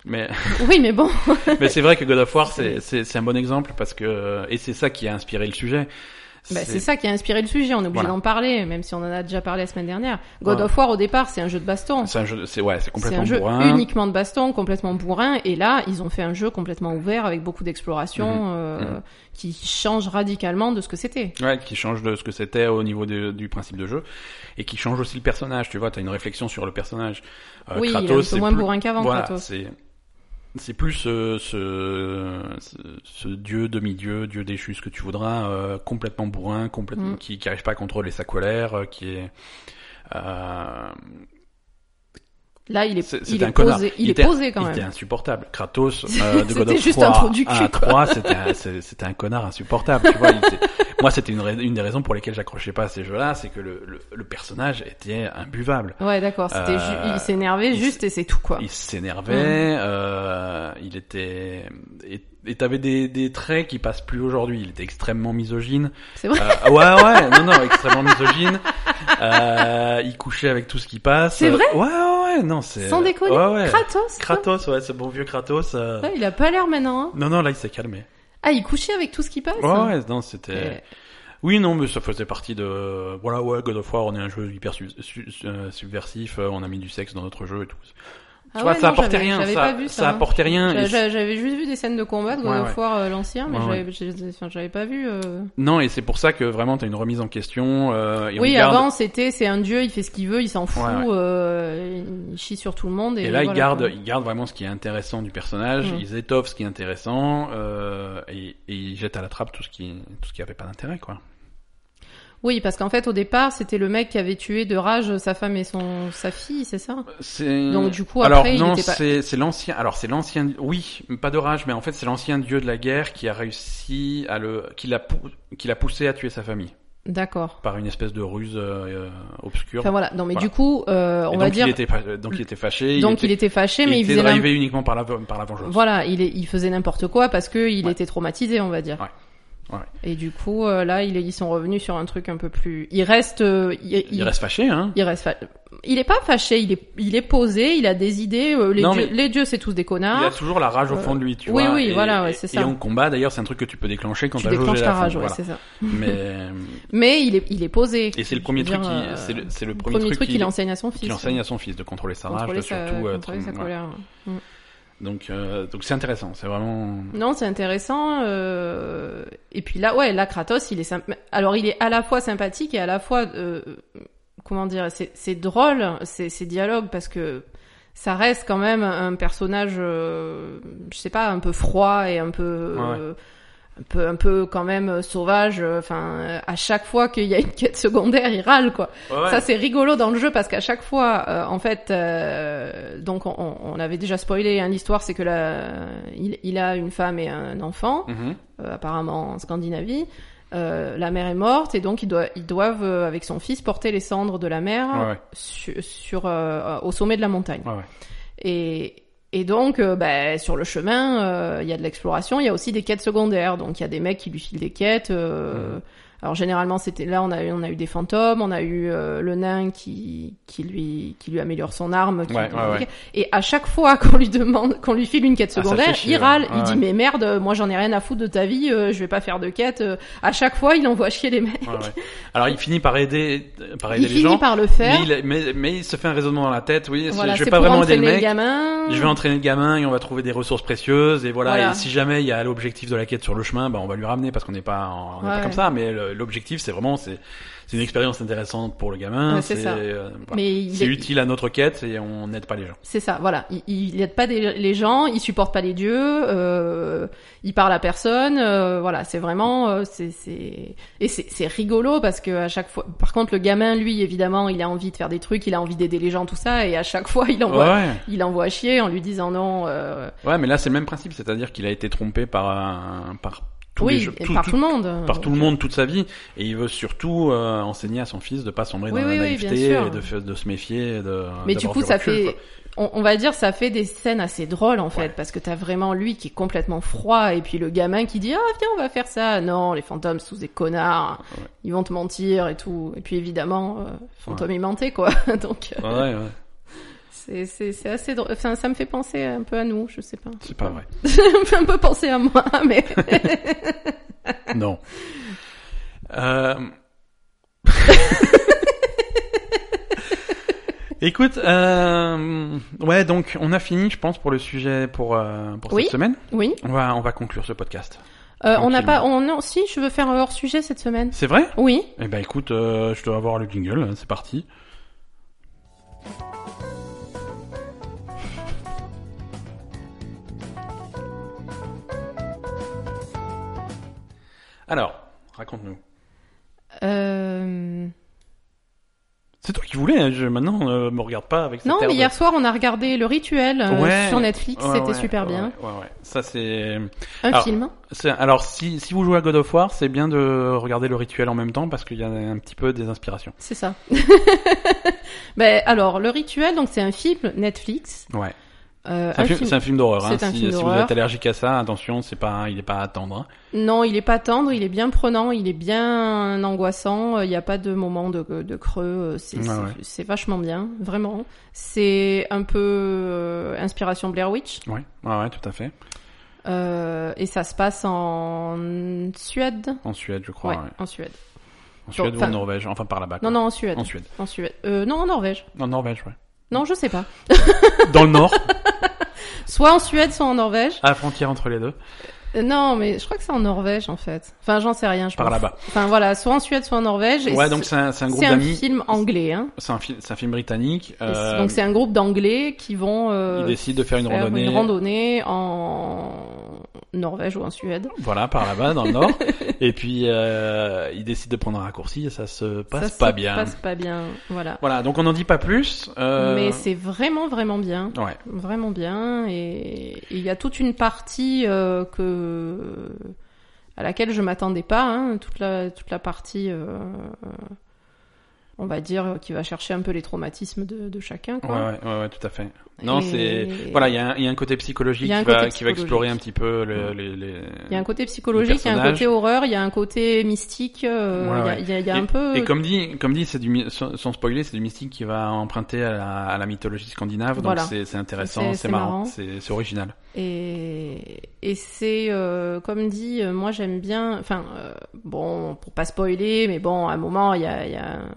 Mais
Oui, mais bon. bah,
Mais c'est vrai que God of War, c'est- c'est c'est un bon exemple parce que et c'est ça qui a inspiré le sujet.
Bah, c'est ça qui a inspiré le sujet. On est obligé
Voilà.
d'en parler, même si on en a déjà parlé la semaine dernière. God
Voilà.
of War au départ, c'est un jeu de baston.
c'est un jeu, de- c'est ouais, c'est
C'est
complètement
un jeu
bourrin.
uniquement de baston, complètement bourrin, et là, ils ont fait un jeu complètement ouvert avec beaucoup d'exploration
Mhm.
euh,
Mhm.
qui change radicalement de ce que c'était.
Ouais, qui change de ce que c'était au niveau de- du principe de jeu et qui change aussi le personnage. Tu vois, t'as une réflexion sur le personnage. Euh,
oui, il est un
Kratos,
peu
c'est
moins
plus-
bourrin qu'avant,
Voilà,
Kratos.
c'est c'est plus ce, ce, ce, ce dieu demi-dieu, dieu déchu, ce que tu voudras, euh, complètement bourrin, complètement
Mm.
qui qui arrive pas à contrôler sa colère, euh, qui est euh,
Là, il est,
C'est-
il
c'était
est
un connard.
posé, il
Il
est
était-
posé quand
Il était
même.
insupportable. Kratos euh, de God
C'était
of
juste un
War
trou du cul,
1 à 3, c'était un, c'est- c'était un connard insupportable. Tu vois, il était- Moi, c'était une, rais- une des raisons pour lesquelles j'accrochais pas à ces jeux-là, c'est que le, le, le personnage était imbuvable.
Ouais, d'accord. C'était, ju-
Euh,
il s'énervait
il
juste et c'est tout quoi.
Il
Mm.
s'énervait, euh, il était... Et et t'avais des, des traits qui passent plus aujourd'hui. Il était extrêmement misogyne.
C'est vrai.
Euh, ouais, ouais, non, non, extrêmement misogyne. Euh, il couchait avec tout ce qui passe.
C'est vrai
Ouais, ouais, ouais, non, c'est...
Sans déconner.
Ouais, ouais.
Kratos. quoi.
Kratos, ouais, ce bon vieux Kratos. euh,
Ouais, il a pas l'air maintenant. hein.
Non, non, là, il s'est calmé.
Ah, il couchait avec tout ce qui passe.
Ouais, Euh,
hein.
ouais, non, c'était...
Et-
Oui, non, mais ça faisait partie de... Voilà, ouais, God of War, on est un jeu hyper su- su- euh, subversif, euh, on a mis du sexe dans notre jeu et tout.
Ah
tu vois,
ouais,
ça
non,
apportait
j'avais-
rien.
j'avais
ça,
pas vu ça, hein.
apportait rien.
J'a-
et c'est-
j'a- J'avais juste vu des scènes de combat de God
Ouais,
of
ouais.
War euh, l'ancien, mais
Ouais,
j'avais- j'ai- enfin, j'avais pas vu. euh.
Non, et c'est pour ça que vraiment, t'as une remise en question. euh, et on
Oui,
garde-
avant c'était c'est un dieu, il fait ce qu'il veut, il s'en fout,
Ouais, ouais.
euh, il chie sur tout le monde. Et,
Et là, ils
voilà,
gardent,
quoi.
ils gardent vraiment ce qui est intéressant du personnage,
Mm.
ils étoffent ce qui est intéressant, euh, et, et ils jettent à la trappe tout ce qui, tout ce qui avait pas d'intérêt, quoi.
Oui, parce qu'en fait au départ c'était le mec qui avait tué de rage sa femme et son sa fille, c'est ça
C'est...
Donc du coup
Euh, alors
après
non,
il était pas.
c'est, c'est l'ancien. Alors c'est l'ancien. Oui, pas de rage, mais en fait c'est l'ancien dieu de la guerre qui a réussi à le, qui l'a, pou- qui l'a poussé à tuer sa famille
D'accord.
par une espèce de ruse euh, euh, obscure.
Enfin voilà. Non mais
Voilà.
du coup euh,
Et
on
donc
va
il
dire
était, fa- donc il était fâché.
donc
il était,
fâché,
il
mais il,
était
faisait n'im-
drivé uniquement par la, par la vengeance.
voilà, il, est- il faisait n'importe quoi parce que il
Ouais.
était traumatisé, on va dire.
Ouais. Ouais.
Et du coup euh, là il est- ils sont revenus sur un truc un peu plus. Il reste euh, il,
Il,
il-
reste fâché, hein.
Il reste, fa- il est pas fâché, il est, il est posé, il a des idées. euh, les,
Non,
dieux,
mais-
les dieux, c'est tous des connards.
Il a toujours la rage au fond de lui, tu
Hein oui,
vois.
oui,
et,
voilà, ouais,
et-
c'est
Et
ça.
en combat, d'ailleurs, c'est un truc que tu peux déclencher quand
tu
t'as jaugé
déclenches
la
ta
fond,
rage, ouais,
voilà.
c'est ça.
Mais
Mais il est, il est posé.
et c'est le premier
Je veux
truc qui,
dire, euh,
c'est le, c'est le
le
premier, truc
qu'il enseigne à son fils.
qu'il enseigne à son fils de contrôler sa rage,
Contrôler
de
sa-
surtout. euh,
contrôler sa
voilà.
colère.
Donc, euh, donc c'est intéressant. C'est vraiment.
Non, c'est intéressant. euh, Et puis là, ouais, là, Kratos, il est symp- Alors, il est à la fois sympathique et à la fois, euh, comment dire, c'est c'est drôle ces, ces dialogues parce que ça reste quand même un personnage, euh, je sais pas, un peu froid et un peu. euh, Un peu, un peu quand même euh, sauvage. euh, Enfin, euh, à chaque fois qu'il y a une quête secondaire, il râle quoi. Ça c'est rigolo dans le jeu parce qu'à chaque fois, euh, en fait, euh, donc on- on, on avait déjà spoilé hein, l'histoire, c'est que là, il, il a une femme et un enfant,
Mhm.
euh, apparemment en Scandinavie. Euh, la mère est morte et donc ils, doivent- ils doivent, euh, avec son fils, porter les cendres de la mère
Ouais, ouais.
sur, sur, euh, au sommet de la montagne.
Ah Ouais, ouais.
Et, et donc, euh, ben, sur le chemin, euh, il y a de l'exploration, il y a aussi des quêtes secondaires. Donc, il y a des mecs qui lui filent des quêtes.
Mmh.
euh, Alors, généralement, c'était là, on a, eu, on a eu des fantômes, on a eu euh, le nain qui, qui, lui, qui lui améliore son arme. qui-
Ouais, ouais, ouais.
Et à chaque fois qu'on lui demande, qu'on lui file une quête
Ah, ça fait
secondaire,
chier,
il râle.
ouais.
Il
Ouais,
dit,
ouais.
mais merde, euh, moi, j'en ai rien à foutre de ta vie, euh, je vais pas faire de quête. euh. À chaque fois, il envoie chier les mecs.
Ouais, ouais. Alors, il finit par aider, par aider
il
les
finit
gens.
par le faire.
mais, il, mais, mais il se fait un raisonnement dans la tête. Oui, c'est-
Voilà,
je vais
c'est
pas
pour
vraiment aider le
entraîner
mec.
gamin.
Je vais entraîner le gamin et on va trouver des ressources précieuses et voilà.
Voilà.
Et si jamais il y a l'objectif de la quête sur le chemin, bah on va lui ramener parce qu'on n'est pas, en- on n'est pas
Ouais.
comme ça. Mais le- l'objectif, c'est vraiment, c'est, c'est une expérience intéressante pour le gamin.
Ouais, c'est ça.
euh, voilà.
Mais il
C'est
est-
utile à notre quête et on n'aide pas les gens.
C'est ça, voilà. Il- Il n'aide pas des- les gens, il supporte pas les dieux, euh, il parle à personne, euh, voilà. C'est vraiment, euh, c'est, c'est, et c'est, c'est rigolo parce que à chaque fois, par contre, le gamin, lui, évidemment, il a envie de faire des trucs, il a envie d'aider les gens, tout ça, et à chaque fois, il envoie,
ouais.
il envoie chier en lui disant non. euh,
Ouais, mais là c'est le même principe, c'est-à-dire qu'il a été trompé par un, par tous les
oui,
jeux-
et
tout-
par
tout-
tout, le monde.
par tout le monde toute sa vie, et il veut surtout euh, enseigner à son fils de pas sombrer
Oui,
dans
oui,
la
oui, bien
naïveté,
sûr.
et de, fa- de se méfier, et de.
Mais du
d'avoir
coup,
Hein, du
ça
recul,
fait,
quoi.
on, on va dire, ça fait des scènes assez drôles en fait,
Ouais.
parce que t'as vraiment lui qui est complètement froid, et puis le gamin qui dit ah viens on va faire ça. Non, les fantômes sont des connards,
Ouais.
ils vont te mentir et tout. Et puis évidemment, euh, fantôme aimanté quoi. Donc euh,
Ouais, ouais,
c'est c'est c'est assez drôle. Enfin, ça me fait penser un peu à nous, je sais pas.
c'est pas vrai.
Ça me fait un peu penser à moi, mais
non. Euh... Écoute, euh... ouais, donc on a fini, je pense, pour le sujet pour euh, pour
Oui.
cette semaine.
oui.
On va on va conclure ce podcast.
Euh, on
Tranquillement.
n'a pas. On non, si je veux faire un hors sujet cette semaine.
C'est vrai
Oui.
Eh ben écoute, euh, je dois avoir le jingle, hein, c'est parti. Alors, raconte-nous.
Euh...
C'est toi qui voulais, hein, je, maintenant euh, me regarde pas avec cette
Non,
air
mais
de-
hier soir on a regardé le rituel euh,
Ouais.
sur Netflix,
Ouais,
c'était
ouais,
super
ouais,
bien.
Ouais, ouais, Ça c'est,
Un
Alors,
film.
c'est- alors si si vous jouez à God of War, c'est bien de regarder le rituel en même temps parce qu'il y a un petit peu des inspirations.
C'est ça. ben alors le rituel, donc c'est un film Netflix.
Ouais.
Euh,
C'est un,
un
film,
film-
c'est un film d'horreur. Hein.
C'est un
si,
film
si vous
d'horreur.
êtes allergique à ça, attention, c'est pas, il est pas à attendre. hein.
Non, il est pas tendre, il est bien prenant, il est bien angoissant. Euh, Il n'y a pas de moment de, de creux. euh, C'est
Ouais,
c'est-
ouais.
c'est vachement bien, vraiment. C'est un peu euh, inspiration Blair Witch.
Ouais, ouais, ouais, tout à fait.
Euh, et ça se passe en Suède.
En Suède, je crois.
Ouais,
ouais.
en Suède.
En Suède ou
enfin-
en Norvège Enfin, par là-bas. quoi.
Non, non, en Suède.
En Suède.
En Suède. Euh, non, en Norvège.
En Norvège, ouais.
Non, je sais pas.
Dans le nord,
Soit en Suède, soit en Norvège.
à la frontière entre les deux.
Euh, non, mais je crois que c'est en Norvège, en fait. Enfin, j'en sais rien, je
Par
pense.
là-bas.
Enfin, voilà, soit en Suède, soit en Norvège. et
Ouais,
ce-
donc c'est un, c'est un groupe
c'est un
d'amis.
film anglais, hein.
C'est un, film- c'est un film britannique.
Et c'est-
euh,
Donc c'est un groupe d'anglais qui vont
ils
euh,
décident de faire une
faire
randonnée.
une randonnée en Norvège ou en Suède.
Voilà, par là-bas, dans le nord. et puis, euh, ils décident de prendre un raccourci et ça se passe
Ça
pas
se
bien.
passe pas bien, voilà.
Voilà, donc on n'en dit pas plus. euh,
Mais c'est vraiment vraiment bien,
Ouais.
vraiment bien. Et et il y a toute une partie euh, que à laquelle je m'attendais pas, hein, toute la toute la partie. euh, on va dire qui va chercher un peu les traumatismes de, de chacun.
Ouais,
Quoi.
ouais, ouais, ouais, tout à fait. Non,
Et-
c'est voilà, il y, a un- il y a un côté psychologique
Il y a un
qui va
côté
qui va explorer
psychologique.
un petit peu le, les, les-
Il y a un côté psychologique, il y a un
personnages.
côté horreur, il y a un côté mystique, euh,
Ouais,
il y a-
ouais.
il y a, il y a un peu...
Et comme dit, comme dit, c'est du mi- sans sans spoiler, c'est du mystique qui va emprunter à la, à la mythologie scandinave.
Voilà.
Donc c'est c'est intéressant,
C'est-
c'est
c'est
marrant,
marrant.
c'est c'est original.
Et, et c'est, euh, comme dit, euh, moi j'aime bien, enfin, euh, bon, pour pas spoiler, mais bon, à un moment, il y a, il y a un-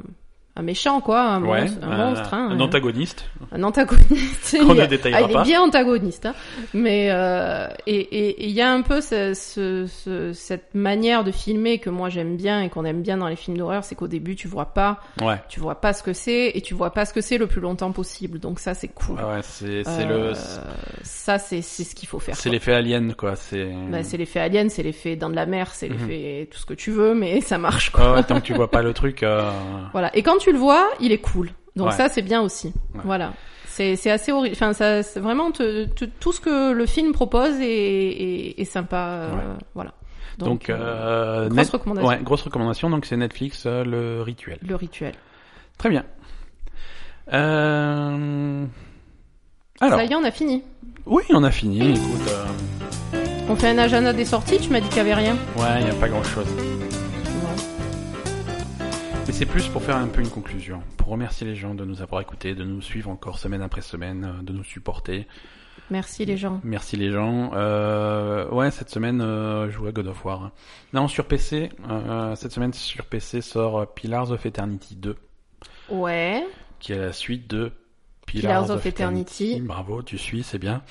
un méchant, quoi, un, monstre, un, monstre, hein,
euh, un
un-
antagoniste.
un antagoniste.
Qu'on
Il y a-
ne détaillera
ah, il
pas.
est bien antagoniste, hein. mais euh, et et- et il y a un peu ce- ce- ce- cette manière de filmer que moi j'aime bien et qu'on aime bien dans les films d'horreur, c'est qu'au début tu vois pas
Ouais.
tu vois pas ce que c'est et tu vois pas ce que c'est le plus longtemps possible. Donc ça c'est cool.
Ouais, ouais, c'est c'est
Euh,
le
ça c'est c'est ce qu'il faut faire.
c'est
quoi.
l'effet alien quoi. C'est
Bah, c'est l'effet alien, c'est l'effet dans de la mer, c'est
Mhm.
l'effet tout ce que tu veux, mais ça marche quoi.
Ah ouais, tant que tu vois pas le truc. euh,
Voilà. Et quand tu le vois, il est cool. Donc
Ouais.
ça c'est bien aussi.
Ouais.
Voilà. C'est c'est assez horrible. Enfin ça c'est vraiment te- te- tout ce que le film propose est, est, est sympa. euh,
Ouais.
Voilà.
Donc,
euh,
euh,
grosse
Net-
recommandation.
ouais, grosse recommandation. Donc c'est Netflix, euh, le rituel.
Le rituel.
Très bien. Euh... Alors,
Ça y est, on a fini.
oui, on a fini. Écoute, euh,
On fait un agenda des sorties. Tu m'as dit qu'il y avait rien.
ouais, il n'y a pas grand-chose.
Ouais.
Mais c'est plus pour faire un peu une conclusion, pour remercier les gens de nous avoir écoutés, de nous suivre encore semaine après semaine, euh, de nous supporter.
Merci les gens.
Merci les gens. Euh, ouais, cette semaine, euh, je joue à God of War. Non, sur PC, euh, cette semaine sur PC sort euh, Pillars of Eternity 2,
Ouais.
qui est la suite de
Pillars of Eternity.
Bravo, tu suis, c'est bien.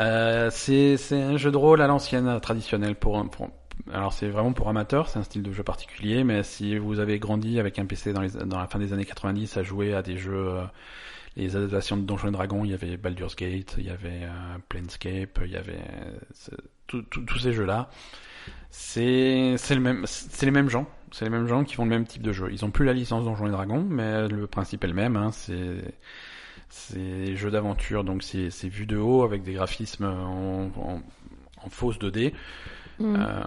Euh, c'est c'est un jeu de rôle à l'ancienne, traditionnel pour, un- pour- alors c'est vraiment pour amateurs, c'est un style de jeu particulier, mais si vous avez grandi avec un PC dans, les, dans la fin des années 90 à jouer à des jeux, euh, les adaptations de Donjons et Dragons, il y avait Baldur's Gate, il y avait euh, Planescape, il y avait euh, ce- tout- tout- tous ces jeux-là. C'est c'est le même, c'est les mêmes gens, c'est les mêmes gens qui font le même type de jeu. Ils ont plus la licence Donjons et Dragons, mais le principe est le même. Hein, c'est c'est des jeux d'aventure, donc c'est c'est vu de haut avec des graphismes en, en, en fausse 2D.
Mhm.
Euh,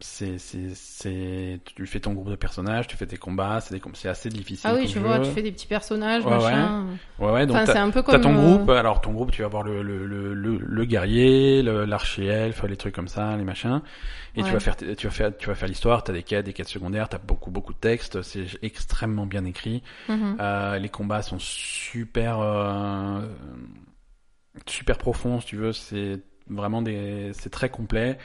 c'est c'est c'est tu fais ton groupe de personnages, tu fais tes combats, c'est des com- c'est assez difficile.
Ah oui,
comme
je vois,
jeu.
tu fais des petits personnages,
Ouais,
machin.
Ouais ouais, donc
Enfin,
t'as-
c'est un peu
T'as
comme.
ton
euh,
groupe, alors ton groupe, tu vas voir le, le, le, le, le guerrier, le- l'archi-elfe, les trucs comme ça, les machins, et tu
Ouais.
vas faire, tes- tu vas faire, tu vas faire l'histoire. T'as des quêtes, des quêtes secondaires, t'as beaucoup, beaucoup de textes. C'est extrêmement bien écrit.
mhm.
Euh, les combats sont super, euh, super profonds, si tu veux. C'est vraiment des, c'est très complet.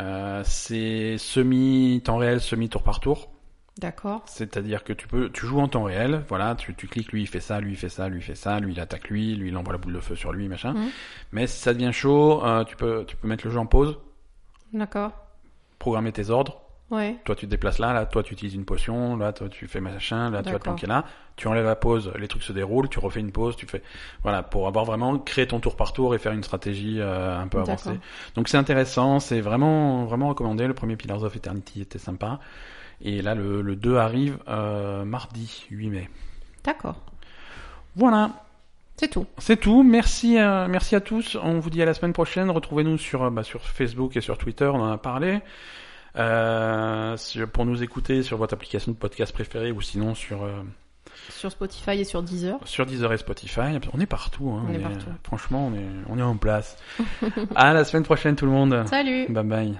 Euh, c'est semi temps réel, semi tour par tour.
D'accord.
C'est-à-dire que tu peux, tu joues en temps réel, voilà, tu, tu cliques, lui il fait ça, lui il fait ça, lui il fait ça, lui il attaque lui, lui il envoie la boule de feu sur lui, machin.
Mhm.
Mais si ça devient chaud, euh, tu peux, tu peux mettre le jeu en pause,
D'accord.
programmer tes ordres.
Ouais.
Toi tu te déplaces là, là toi tu utilises une potion, là toi tu fais machin, là tu vas te
D'accord.
planquer là. Tu enlèves la pause, les trucs se déroulent, tu refais une pause, tu fais, voilà, pour avoir vraiment créé ton tour par tour et faire une stratégie euh, un peu avancée.
D'accord.
Donc c'est intéressant, c'est vraiment vraiment recommandé. Le premier Pillars of Eternity était sympa. Et là, le, le 2 arrive euh, mardi 8 mai.
D'accord.
Voilà,
C'est tout.
c'est tout. Merci, euh, merci à tous. On vous dit à la semaine prochaine. Retrouvez-nous sur, euh, bah, sur Facebook et sur Twitter, on en a parlé. Euh, sur- pour nous écouter sur votre application de podcast préférée ou sinon sur, euh,
Sur Spotify et sur Deezer.
sur Deezer et Spotify. On est partout. hein.
On est partout.
Franchement, on est, on est en place. à la semaine prochaine tout le monde.
Salut.
Bye bye.